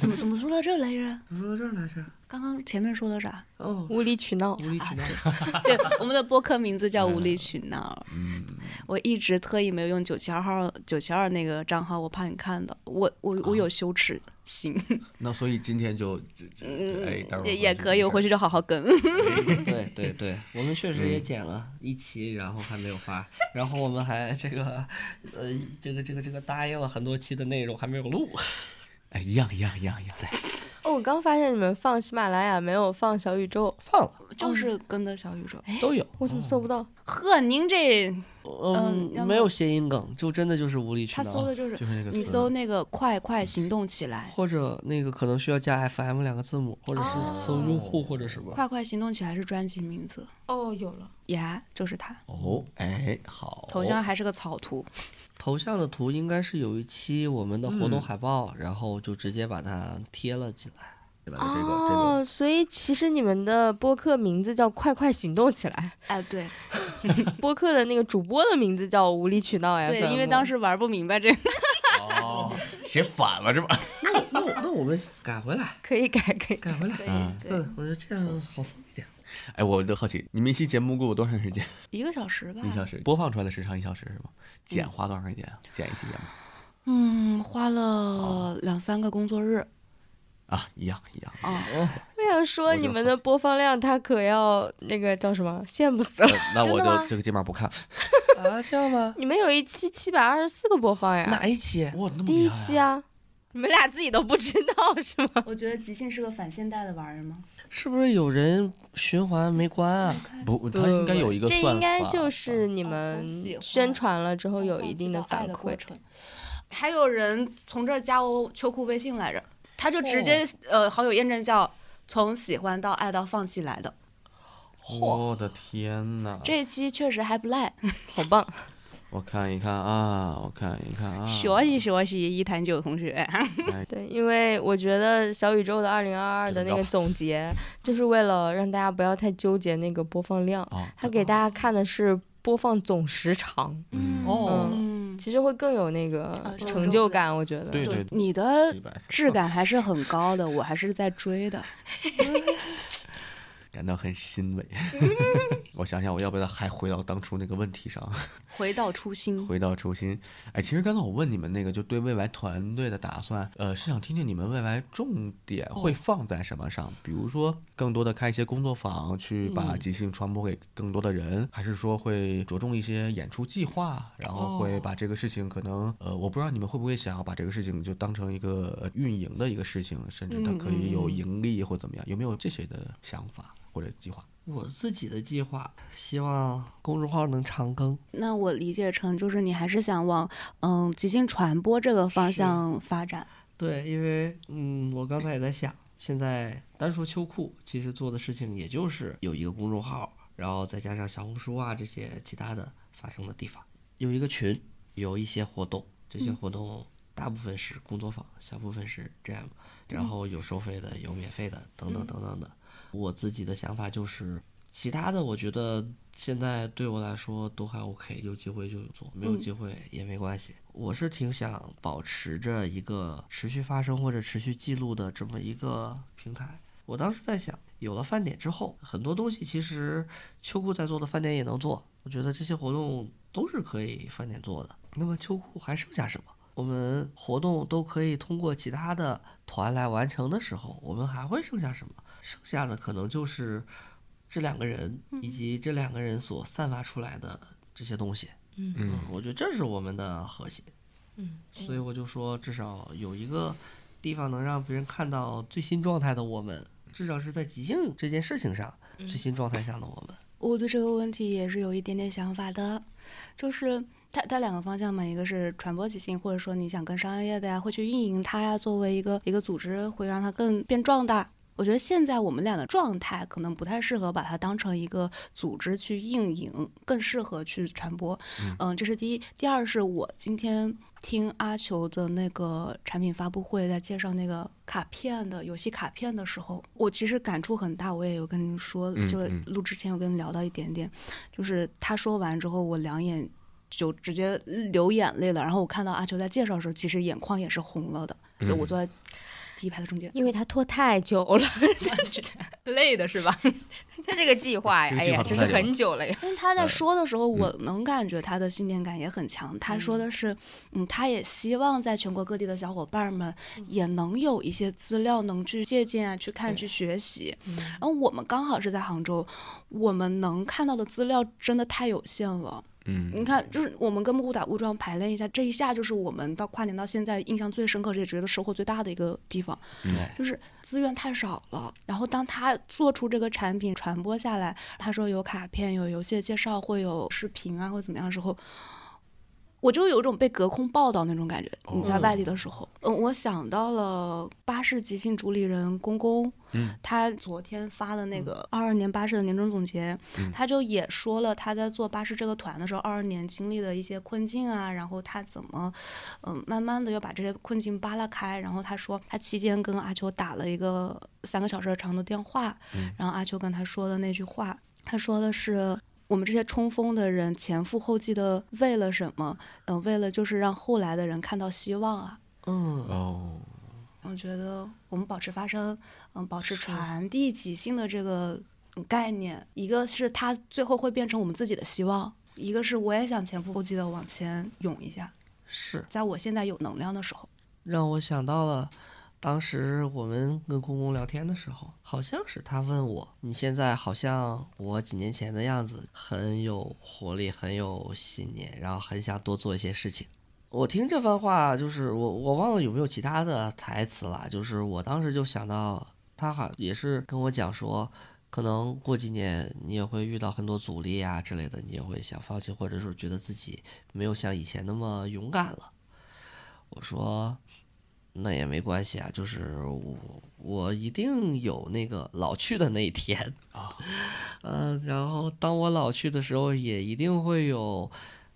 怎么怎 么说到这来着？怎么说到这儿来着？刚刚前面说 的啥？哦，无理取闹。无理取闹。对，我们的播客名字叫无理取闹。嗯我一直特意没有用九七二号九七二那个账号，我怕你看到，我啊我我有羞耻心，那所以今天就，就就哎，待会儿嗯回也也去可以，没我回事去就好 好跟。对对对，我们确实也剪了一期，然后还没有发，然后我们还这个，呃，这个这个这个答应了很多期的内容还没有录，哎，一样一样一样一样。哦，我刚发现你们放喜马拉雅没有放小宇宙，放了就是跟着小宇哦宙。哎都有，我怎么搜不到？呵，您这嗯要嗯，没有谐音梗，就真的就是无理取他搜闹。的就是就是那个你词搜那个“快快行动起来或者那个可能需要加 FM 两个字母，或者是搜用户或者什”，“么，哦快快行动起来”是专辑名字，哦，有了。呀、就是他，哦，哎，好，头像还是个草图。头像的图应该是有一期我们的活动海报，然后就直接把它贴了进来。这个这个这个哦，所以其实你们的播客名字叫“快快行动起来哎，对”，播客的那个主播的名字叫“无理取闹”呀。 对，因为当时时玩不明白这个。哦，写反了是吧？那我那我那我们改回来，可以改，可 以改。改回来。嗯对，嗯，我觉得这样好搜一点。哎，我就好奇，你们一期节目过多长时间？ 一个小时吧。一小时，播放出来的时长一小时是吗？剪花多长时间啊？剪一期节目嗯，花哦了两三个工作日。啊啊，一样一样。 哦我想啊说，我就你们的播放量，它可要那个叫什么？羡慕死了！ 呃那我真的吗就这个节目不看。啊，这样吗？你们有一期七百二十四个播放呀， 哪一期？哇，那么第一期啊，你们俩自己都不知道是吗？我觉得即兴是个反现代的玩意儿吗？是不是有人循环没关啊？不，它应该有嗯一个这算法。啊应该就是你哦从们喜欢宣传了之后有一定的反馈。。还有人从这儿加我秋裤微信来着，他就直接、呃好友验证叫从喜欢到爱到放弃来的。哦我的天呐！这一期确实还不赖，啊好棒！我看一看啊，我看一看啊。哎习学习一坛酒同学。对，因为我觉得小宇宙的二零二二的那个总结，就是为了让大家不要太纠结那个播放量，哦，它给大家看的是播放总时长，嗯，哦， 嗯，其实会更有那个哦小宇成宙就的感。我觉得，对对，你的140质感还是很高的，我还是在追的。感到很欣慰。 我想想，我要不要还回到当初那个问题上，回到初心，回到初心？哎，其实刚才我问你们那个，就对未来团队的打算，呃，是想听听你们未来重点会嗯放在什么上？比如说，更多的开一些工作坊，去嗯把即兴传播给更多的人，还是说会着重一些演出计划，然后哦会把这个事情可能，呃，我不知道你们会不会想要把这个事情就当成一个呃运营的一个事情，甚至它嗯可以有盈利或怎么样？有没有这些的想法或者计划？我自己的计划，希望公众号能长更。那我理解成就是你还是想往嗯即兴传播这个方向发展。对，因为嗯，我刚才也在想，现在单说秋裤，其实做的事情也就是有一个公众号，然后再加上小红书啊这些其他的发生的地方，有一个群，有一些活动，这些活动大部分是工作坊，小部分是 jam，然后有收费的，有免费的，等等等等的。我自己的想法就是，其他的我觉得现在对我来说都还 OK，有机会就做，没有机会也没关系。我是挺想保持着一个持续发生或者持续记录的这么一个平台。我当时在想，有了饭点之后，很多东西其实秋裤在做的饭点也能做，我觉得这些活动都是可以饭点做的。那么秋裤还剩下什么？我们活动都可以通过其他的团来完成的时候，我们还会剩下什么？剩下的可能就是这两个人以及这两个人所散发出来的这些东西。嗯嗯，我觉得这是我们的核心。嗯，所以我就说，至少有一个地方能让别人看到最新状态的我们，至少是在即兴这件事情上，最新状态上的我们。我对这个问题也是有一点点想法的，就是它它两个方向嘛，一个是传播即兴，或者说你想跟商业的呀，会去运营它呀，作为一个一个组织，会让它更变壮大。我觉得现在我们俩的状态可能不太适合把它当成一个组织去运营，更适合去传播。嗯、这是第一。第二是我今天听阿球的那个产品发布会，在介绍那个卡片的游戏卡片的时候，我其实感触很大。我也有跟您说，嗯就是嗯录之前有跟您聊到一点点，就是他说完之后，我两眼就直接流眼泪了。然后我看到阿球在介绍的时候，其实眼眶也是红了的，就我坐在第一排的中间。 因为他拖太久了，累的是吧？ 他这个计划呀，这个哎计划呀，不真太是有很久了呀。因为 他在说的时候，我能感觉他的信念感也很强。他说的是，嗯，他也希望在全国各地的小伙伴们也能有一些资料能去借鉴啊，去看、去学习。嗯然后我们刚好是在杭州，我们能看到的资料真的太有限了。嗯，你看，就是我们跟误打误撞排练一下，这一下就是我们到跨年到现在印象最深刻，也觉得收获最大的一个地方，嗯对就是资源太少了。然后当他做出这个产品传播下来，他说有卡片、有游戏的介绍，会有视频啊，或者怎么样的时候。我就有一种被隔空报道那种感觉。你在外地的时候，嗯，我想到了巴士即兴主理人公公，他昨天发的那个二二年巴士的年终总结，他就也说了他在做巴士这个团的时候，二二年经历的一些困境啊，然后他怎么，嗯、慢慢的要把这些困境扒拉开。然后他说他期间跟阿秋打了一个三个小时长的电话，然后阿秋跟他说的那句话，他说的是。我们这些冲锋的人前赴后继的为了什么？嗯、为了就是让后来的人看到希望啊。嗯哦，我觉得我们保持发声，嗯，保持传递即兴的这个概念，一个是它最后会变成我们自己的希望，一个是我也想前赴后继的往前涌一下，是在我现在有能量的时候，让我想到了。当时我们跟公公聊天的时候，好像是他问我：“你现在好像我几年前的样子，很有活力，很有信念，然后很想多做一些事情。”我听这番话，就是我我忘了有没有其他的台词了，就是我当时就想到他好也是跟我讲说，可能过几年你也会遇到很多阻力啊之类的，你也会想放弃，或者说觉得自己没有像以前那么勇敢了。我说那也没关系啊，就是我我一定有那个老去的那一天哦啊，嗯、然后当我老去的时候，也一定会有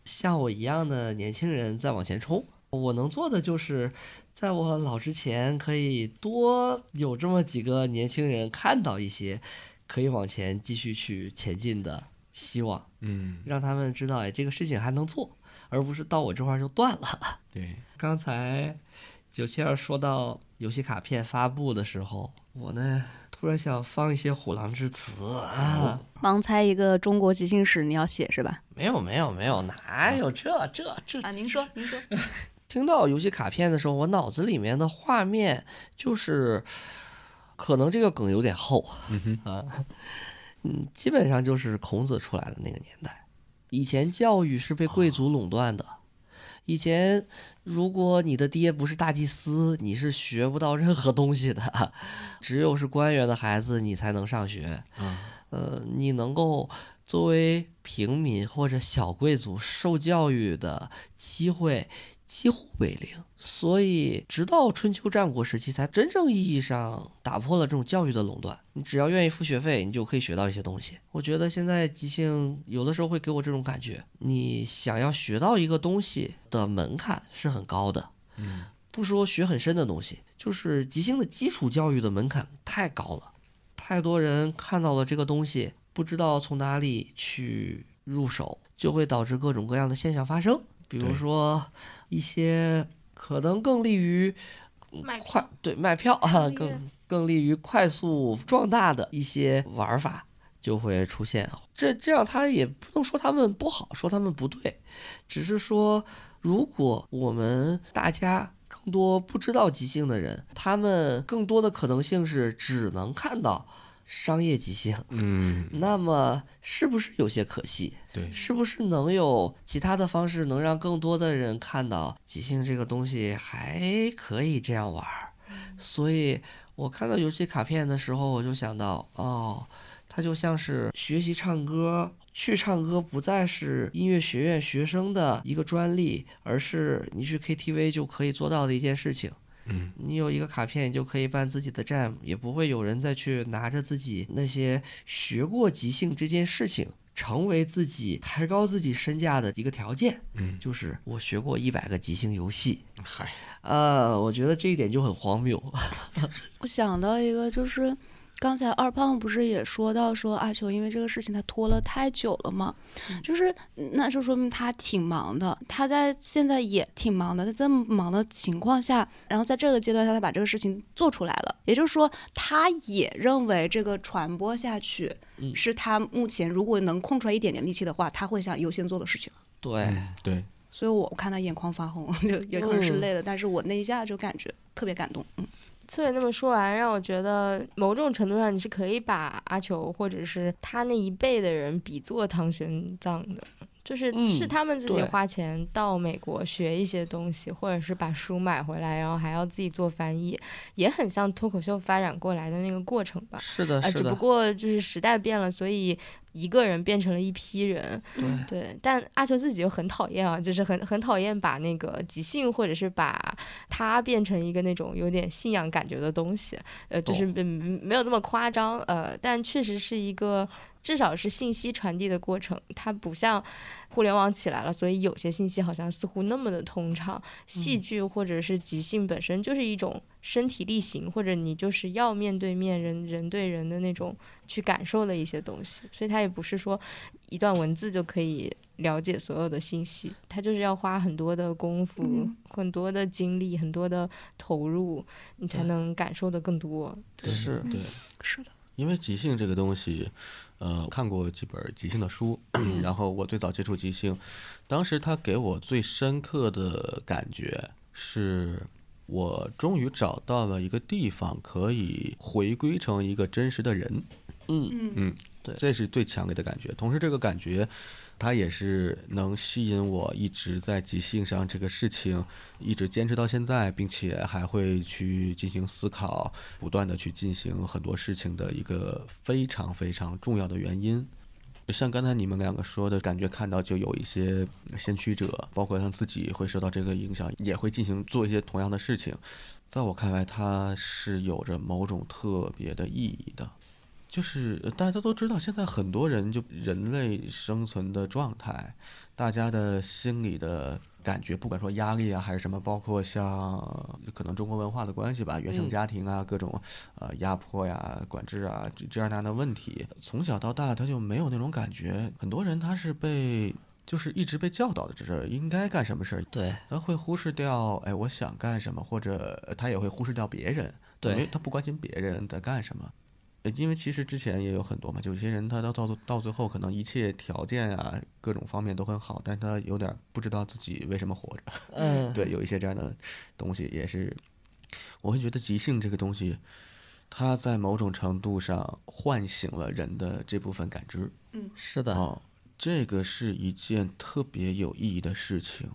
像我一样的年轻人在往前冲。我能做的就是，在我老之前，可以多有这么几个年轻人看到一些可以往前继续去前进的希望，嗯，让他们知道，哎，这个事情还能做，而不是到我这块儿就断了。对，刚才九七二说到游戏卡片发布的时候，我呢突然想放一些虎狼之词啊，盲猜一个中国即兴史，你要写是吧？没有没有没有，哪有这这这？啊，您说，您说，听到游戏卡片的时候，我脑子里面的画面就是，可能这个梗有点厚啊，嗯，基本上就是孔子出来的那个年代。以前教育是被贵族垄断的，以前如果你的爹不是大祭司，你是学不到任何东西的，只有是官员的孩子你才能上学。呃，你能够作为平民或者小贵族受教育的机会几乎为零，所以直到春秋战国时期才真正意义上打破了这种教育的垄断。你只要愿意付学费，你就可以学到一些东西。我觉得现在即兴有的时候会给我这种感觉，你想要学到一个东西的门槛是很高的。嗯，不说学很深的东西，就是即兴的基础教育的门槛太高了，太多人看到了这个东西，不知道从哪里去入手，就会导致各种各样的现象发生。比如对说，一些可能更利于嗯卖快对卖票啊，更更利于快速壮大的一些玩法就会出现。这这样他也不能说他们不好，说他们不对，只是说如果我们大家。更多不知道即兴的人，他们更多的可能性是只能看到商业即兴，嗯，那么是不是有些可惜？对是不是能有其他的方式能让更多的人看到即兴这个东西还可以这样玩儿？所以我看到游戏卡片的时候，我就想到，哦，它就像是学习唱歌。去唱歌不再是音乐学院学生的一个专利，而是你去 KTV 就可以做到的一件事情。嗯你有一个卡片，你就可以办自己的 jam，也不会有人再去拿着自己那些学过即兴这件事情。成为自己抬高自己身价的一个条件，嗯就是我学过一百个即兴游戏，嗨，呃，我觉得这一点就很荒谬。 我想到一个，就是刚才二胖不是也说到说阿球因为这个事情他拖了太久了嘛，就是那就说明他挺忙的，他在现在也挺忙的，在这么忙的情况下，然后在这个阶段下他把这个事情做出来了，也就是说他也认为这个传播下去嗯是他目前如果能空出来一点点力气的话，他会想优先做的事情。对，嗯对，所以我我看他眼眶发红， 就也可能哦是累了，但是我那一下就感觉特别感动。嗯，策略那么说完，让我觉得某种程度上你是可以把阿球或者是他那一辈的人比作唐玄奘的，就是嗯是他们自己对花钱到美国学一些东西，或者是把书买回来，然后还要自己做翻译，也很像脱口秀发展过来的那个过程吧。是的，哎呃，是只不的，过就是时代变了，所以一个人变成了一批人。对，对，但阿球自己又很讨厌啊，就是很很讨厌把那个即兴或者是把它变成一个那种有点信仰感觉的东西，呃，就是没没有这么夸张，呃，但确实是一个至少是信息传递的过程，它不像互联网起来了，所以有些信息好像似乎那么的通畅。戏剧或者是即兴本身就是一种身体力行，或者你就是要面对面人人对人的那种去感受的一些东西，所以它也不是说一段文字就可以了解所有的信息，它就是要花很多的功夫、嗯很多的精力、很多的投入，你才对能感受的更多。是，对，是的，因为即兴这个东西，呃，看过几本即兴的 书，然后我最早接触即兴，当时他给我最深刻的感觉是。我终于找到了一个地方，可以回归成一个真实的人，嗯，嗯，嗯，对这是最强烈的感觉。同时，这个感觉，它也是能吸引我一直在即兴上这个事情一直坚持到现在，并且还会去进行思考，不断的去进行很多事情的一个非常非常重要的原因。像刚才你们两个说的感觉，看到就有一些先驱者，包括他自己会受到这个影响，也会进行做一些同样的事情。在我看来，它是有着某种特别的意义的。就是呃大家都知道，现在很多人就人类生存的状态，大家的心理的感觉，不管说压力啊还是什么，包括像可能中国文化的关系吧，原生嗯家庭啊，各种呃压迫呀、管制啊这这样那样的问题，从小到大他就没有那种感觉。很多人他是被就是一直被教导的，这是应该干什么事儿，对，他会忽视掉，哎，我想干什么，或者呃他也会忽视掉别人，他对没他不关心别人在干什么。呃因为其实之前也有很多嘛，就有些人他到到到最后，可能一切条件啊，各种方面都很好，但他有点不知道自己为什么活着。 嗯，对，有一些这样的东西也是，我会觉得即兴这个东西，它在某种程度上唤醒了人的这部分感知。是的，哦，这个是一件特别有意义的事情。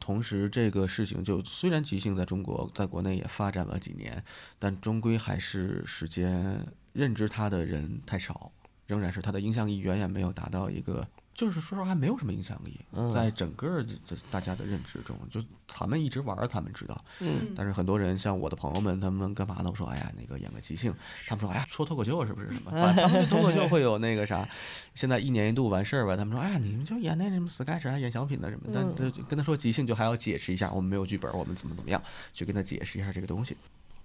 同时，这个事情就虽然即兴在中国在国内也发展了几年，但终归还是时间认知它的人太少，仍然是它的影响力远远没有达到一个，就是说实话没有什么影响力，嗯在整个的的大家的认知中，就咱们一直玩儿，咱们知道，嗯，但是很多人像我的朋友们，他们干嘛呢？我说，哎呀，那个演个即兴，他们说，哎呀，说脱口秀是不是 什么？反正他们对脱口秀会有那个啥，现在一年一度完事儿吧。他们说，哎呀，你们就演那什么 sketch 啊，演小品的什么，但嗯这跟他说即兴，就还要解释一下，我们没有剧本，我们怎么怎么样，去跟他解释一下这个东西。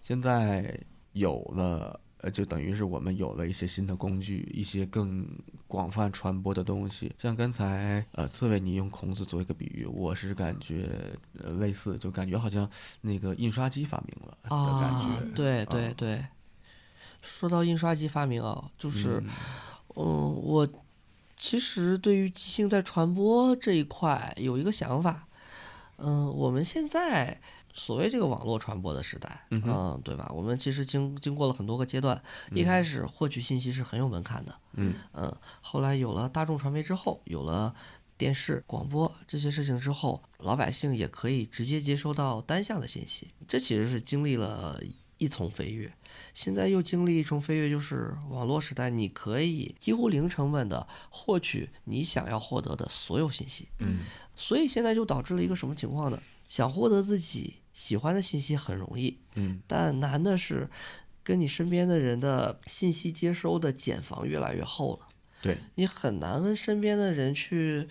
现在有了。呃，就等于是我们有了一些新的工具，一些更广泛传播的东西。像刚才呃，刺猬你用孔子做一个比喻，我是感觉呃类似，就感觉好像那个印刷机发明了的感觉。啊，对对啊对。说到印刷机发明啊，就是嗯，嗯，我其实对于即兴在传播这一块有一个想法，嗯，我们现在所谓这个网络传播的时代，嗯哼嗯，对吧？我们其实经经过了很多个阶段，一开始获取信息是很有门槛的，嗯嗯，后来有了大众传媒之后，有了电视、广播这些事情之后，老百姓也可以直接接收到单向的信息，这其实是经历了一重飞跃。现在又经历一重飞跃，就是网络时代，你可以几乎零成本的获取你想要获得的所有信息。嗯，所以现在就导致了一个什么情况呢？想获得自己喜欢的信息很容易，嗯，但难的是跟你身边的人的信息接收的茧房越来越厚了，对，你很难跟身边的人去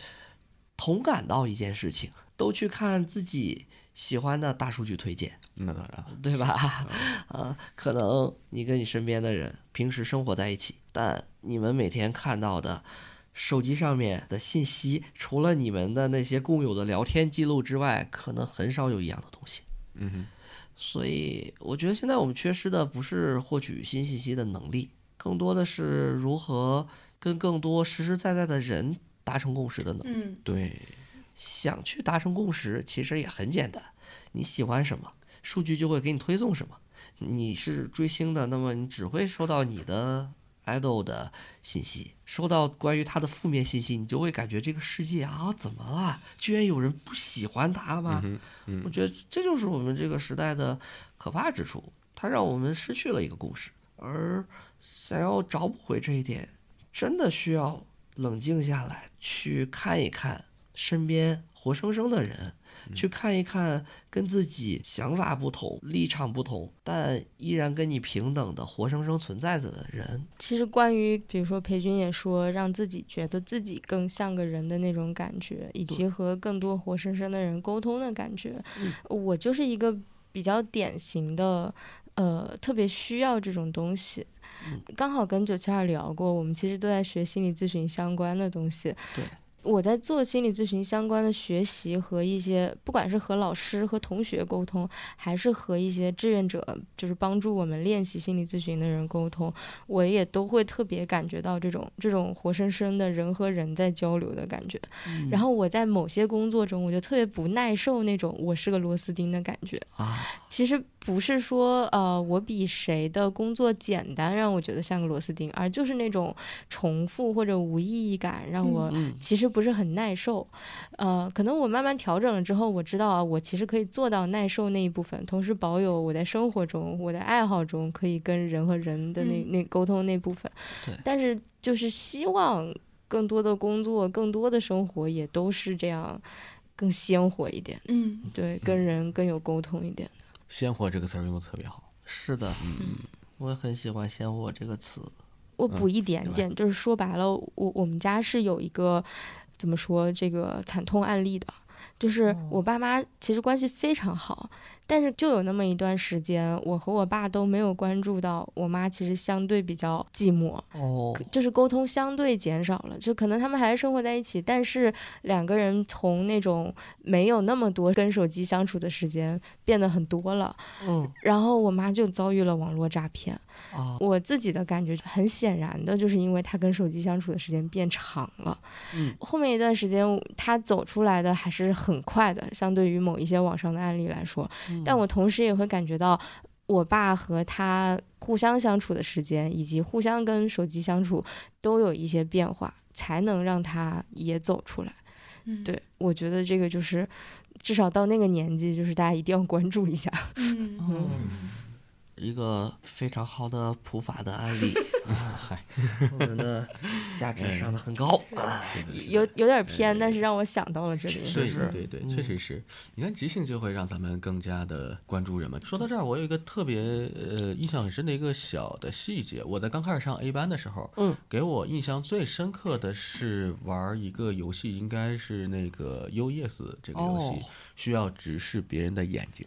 同感到一件事情，都去看自己喜欢的大数据推荐。嗯那当然，对吧？嗯 啊，可能你跟你身边的人平时生活在一起，但你们每天看到的手机上面的信息，除了你们的那些共有的聊天记录之外，可能很少有一样的东西。嗯哼，所以，我觉得现在我们缺失的不是获取新信息的能力，更多的是如何跟更多实实在在的人达成共识的能力。嗯，对，想去达成共识，其实也很简单。你喜欢什么，数据就会给你推送什么。你是追星的，那么你只会收到你的 idol 的信息，收到关于他的负面信息，你就会感觉这个世界啊，怎么了？居然有人不喜欢他吗？我觉得这就是我们这个时代的可怕之处，它让我们失去了一个共识，而想要找补回这一点，真的需要冷静下来，去看一看身边活生生的人，去看一看跟自己想法不同、立场不同，但依然跟你平等的活生生存在着的人。其实关于比如说裴军也说，让自己觉得自己更像个人的那种感觉，以及和更多活生生的人沟通的感觉，我就是一个比较典型的，呃，特别需要这种东西。刚好跟九七二聊过，我们其实都在学心理咨询相关的东西。对。我在做心理咨询相关的学习和一些，不管是和老师和同学沟通，还是和一些志愿者，就是帮助我们练习心理咨询的人沟通，我也都会特别感觉到这种这种活生生的人和人在交流的感觉。然后我在某些工作中，我就特别不耐受那种我是个螺丝钉的感觉。啊，其实不是说呃我比谁的工作简单让我觉得像个螺丝钉，而就是那种重复或者无意义感让我嗯其实不是很耐受。呃，可能我慢慢调整了之后，我知道啊，我其实可以做到耐受那一部分，同时保有我在生活中、我的爱好中可以跟人和人的那、嗯那沟通那部分对。但是就是希望更多的工作、更多的生活也都是这样，更鲜活一点，嗯，对，跟人更有沟通一点。鲜活这个词儿用的特别好，是的，嗯我也很喜欢“鲜活”这个词。我补一点点，就是说白了，我我们家是有一个怎么说这个惨痛案例的，就是我爸妈其实关系非常好，但是就有那么一段时间，我和我爸都没有关注到我妈其实相对比较寂寞，哦可就是沟通相对减少了，就可能他们还是生活在一起，但是两个人从那种没有那么多跟手机相处的时间变得很多了，嗯然后我妈就遭遇了网络诈骗。啊，我自己的感觉很显然的，就是因为他跟手机相处的时间变长了。嗯，后面一段时间他走出来的还是很快的，相对于某一些网上的案例来说。嗯但我同时也会感觉到，我爸和他互相相处的时间，以及互相跟手机相处，都有一些变化，才能让他也走出来。嗯对，我觉得这个就是。至少到那个年纪，就是大家一定要关注一下。嗯一个非常好的普法的案 例，啊嗨，我们的价值上的很高。有有点偏，但是让我想到了这里。嗯对对对，嗯确实是。你看即兴就会让咱们更加的关注人们。说到这儿，我有一个特别呃印象很深的一个小的细节。我在刚开始上 A 班的时候，嗯，给我印象最深刻的是玩一个游戏，应该是那个 U Yes 这个游戏哦，需要直视别人的眼睛。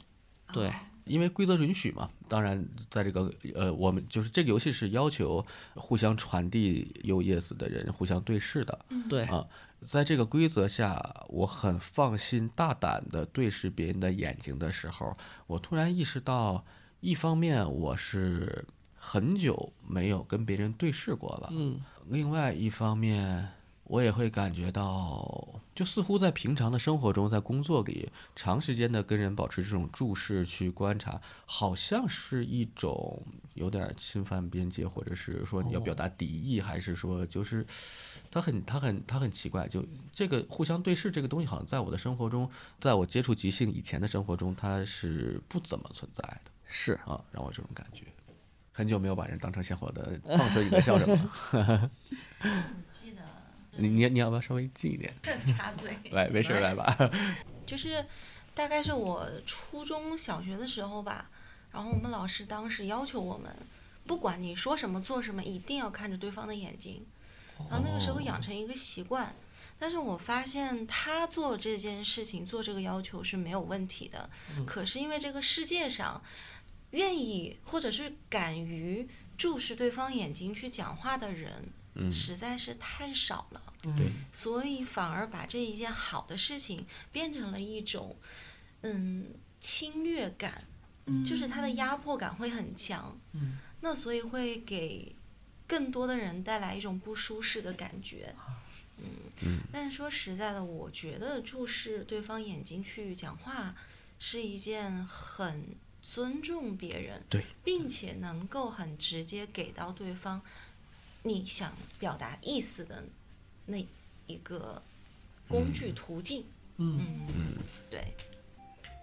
对，因为规则允许嘛，当然，在这个呃，我们就是这个游戏是要求互相传递 U yes 的人互相对视的，对啊，在这个规则下，我很放心大胆的对视别人的眼睛的时候，我突然意识到，一方面我是很久没有跟别人对视过了，嗯，另外一方面，我也会感觉到，就似乎在平常的生活中，在工作里，长时间的跟人保持这种注视去观察，好像是一种有点侵犯边界，或者是说你要表达敌意，还是说就是他很他很他很奇怪，就这个互相对视这个东西，好像在我的生活中，在我接触即兴以前的生活中，它是不怎么存在的是啊，让我这种感觉。很久没有把人当成鲜活的放出你的笑声了。嗯记得 你你你要不要稍微近一点？插嘴。来，没事儿，来吧。就是，大概是我初中小学的时候吧，然后我们老师当时要求我们，不管你说什么做什么，一定要看着对方的眼睛。然后那个时候养成一个习惯，但是我发现他做这件事情、做这个要求是没有问题的，可是因为这个世界上愿意或者是敢于注视对方眼睛去讲话的人，嗯实在是太少了。对，所以反而把这一件好的事情变成了一种，嗯，侵略感，就是它的压迫感会很强。嗯那所以会给更多的人带来一种不舒适的感觉。嗯，但是说实在的，我觉得注视对方眼睛去讲话是一件很尊重别人，对，并且能够很直接给到对方你想表达意思的那一个工具途径。嗯，嗯，对，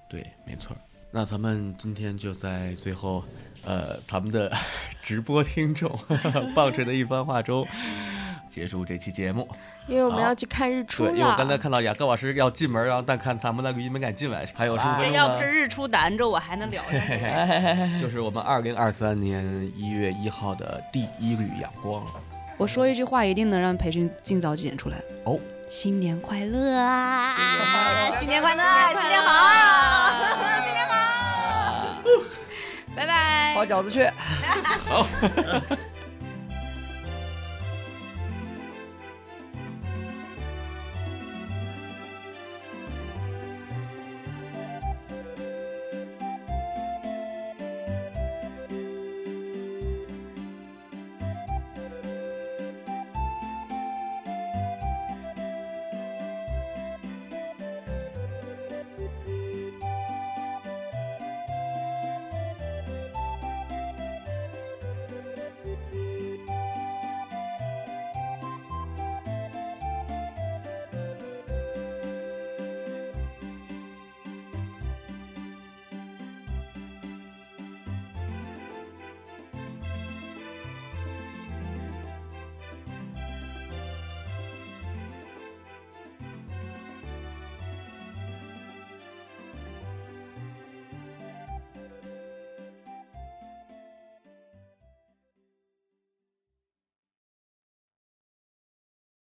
对，没错。那咱们今天就在最后，呃，咱们的 直播听众 棒槌的一番话中，结束这期节目。因为我们好要去看日出对，因为我刚才了。看到雅各老师要进门，然后但看咱们那个没敢进来，还有十五分这钟要不呢是。日出难着，我还能聊上。就是我们二零二三年一月一号的第一缕阳光。我说一句话，一定能让裴俊尽早演出来。哦，新年快乐啊！新年快乐，新年好，新 年好，拜拜。包饺子去。拜拜。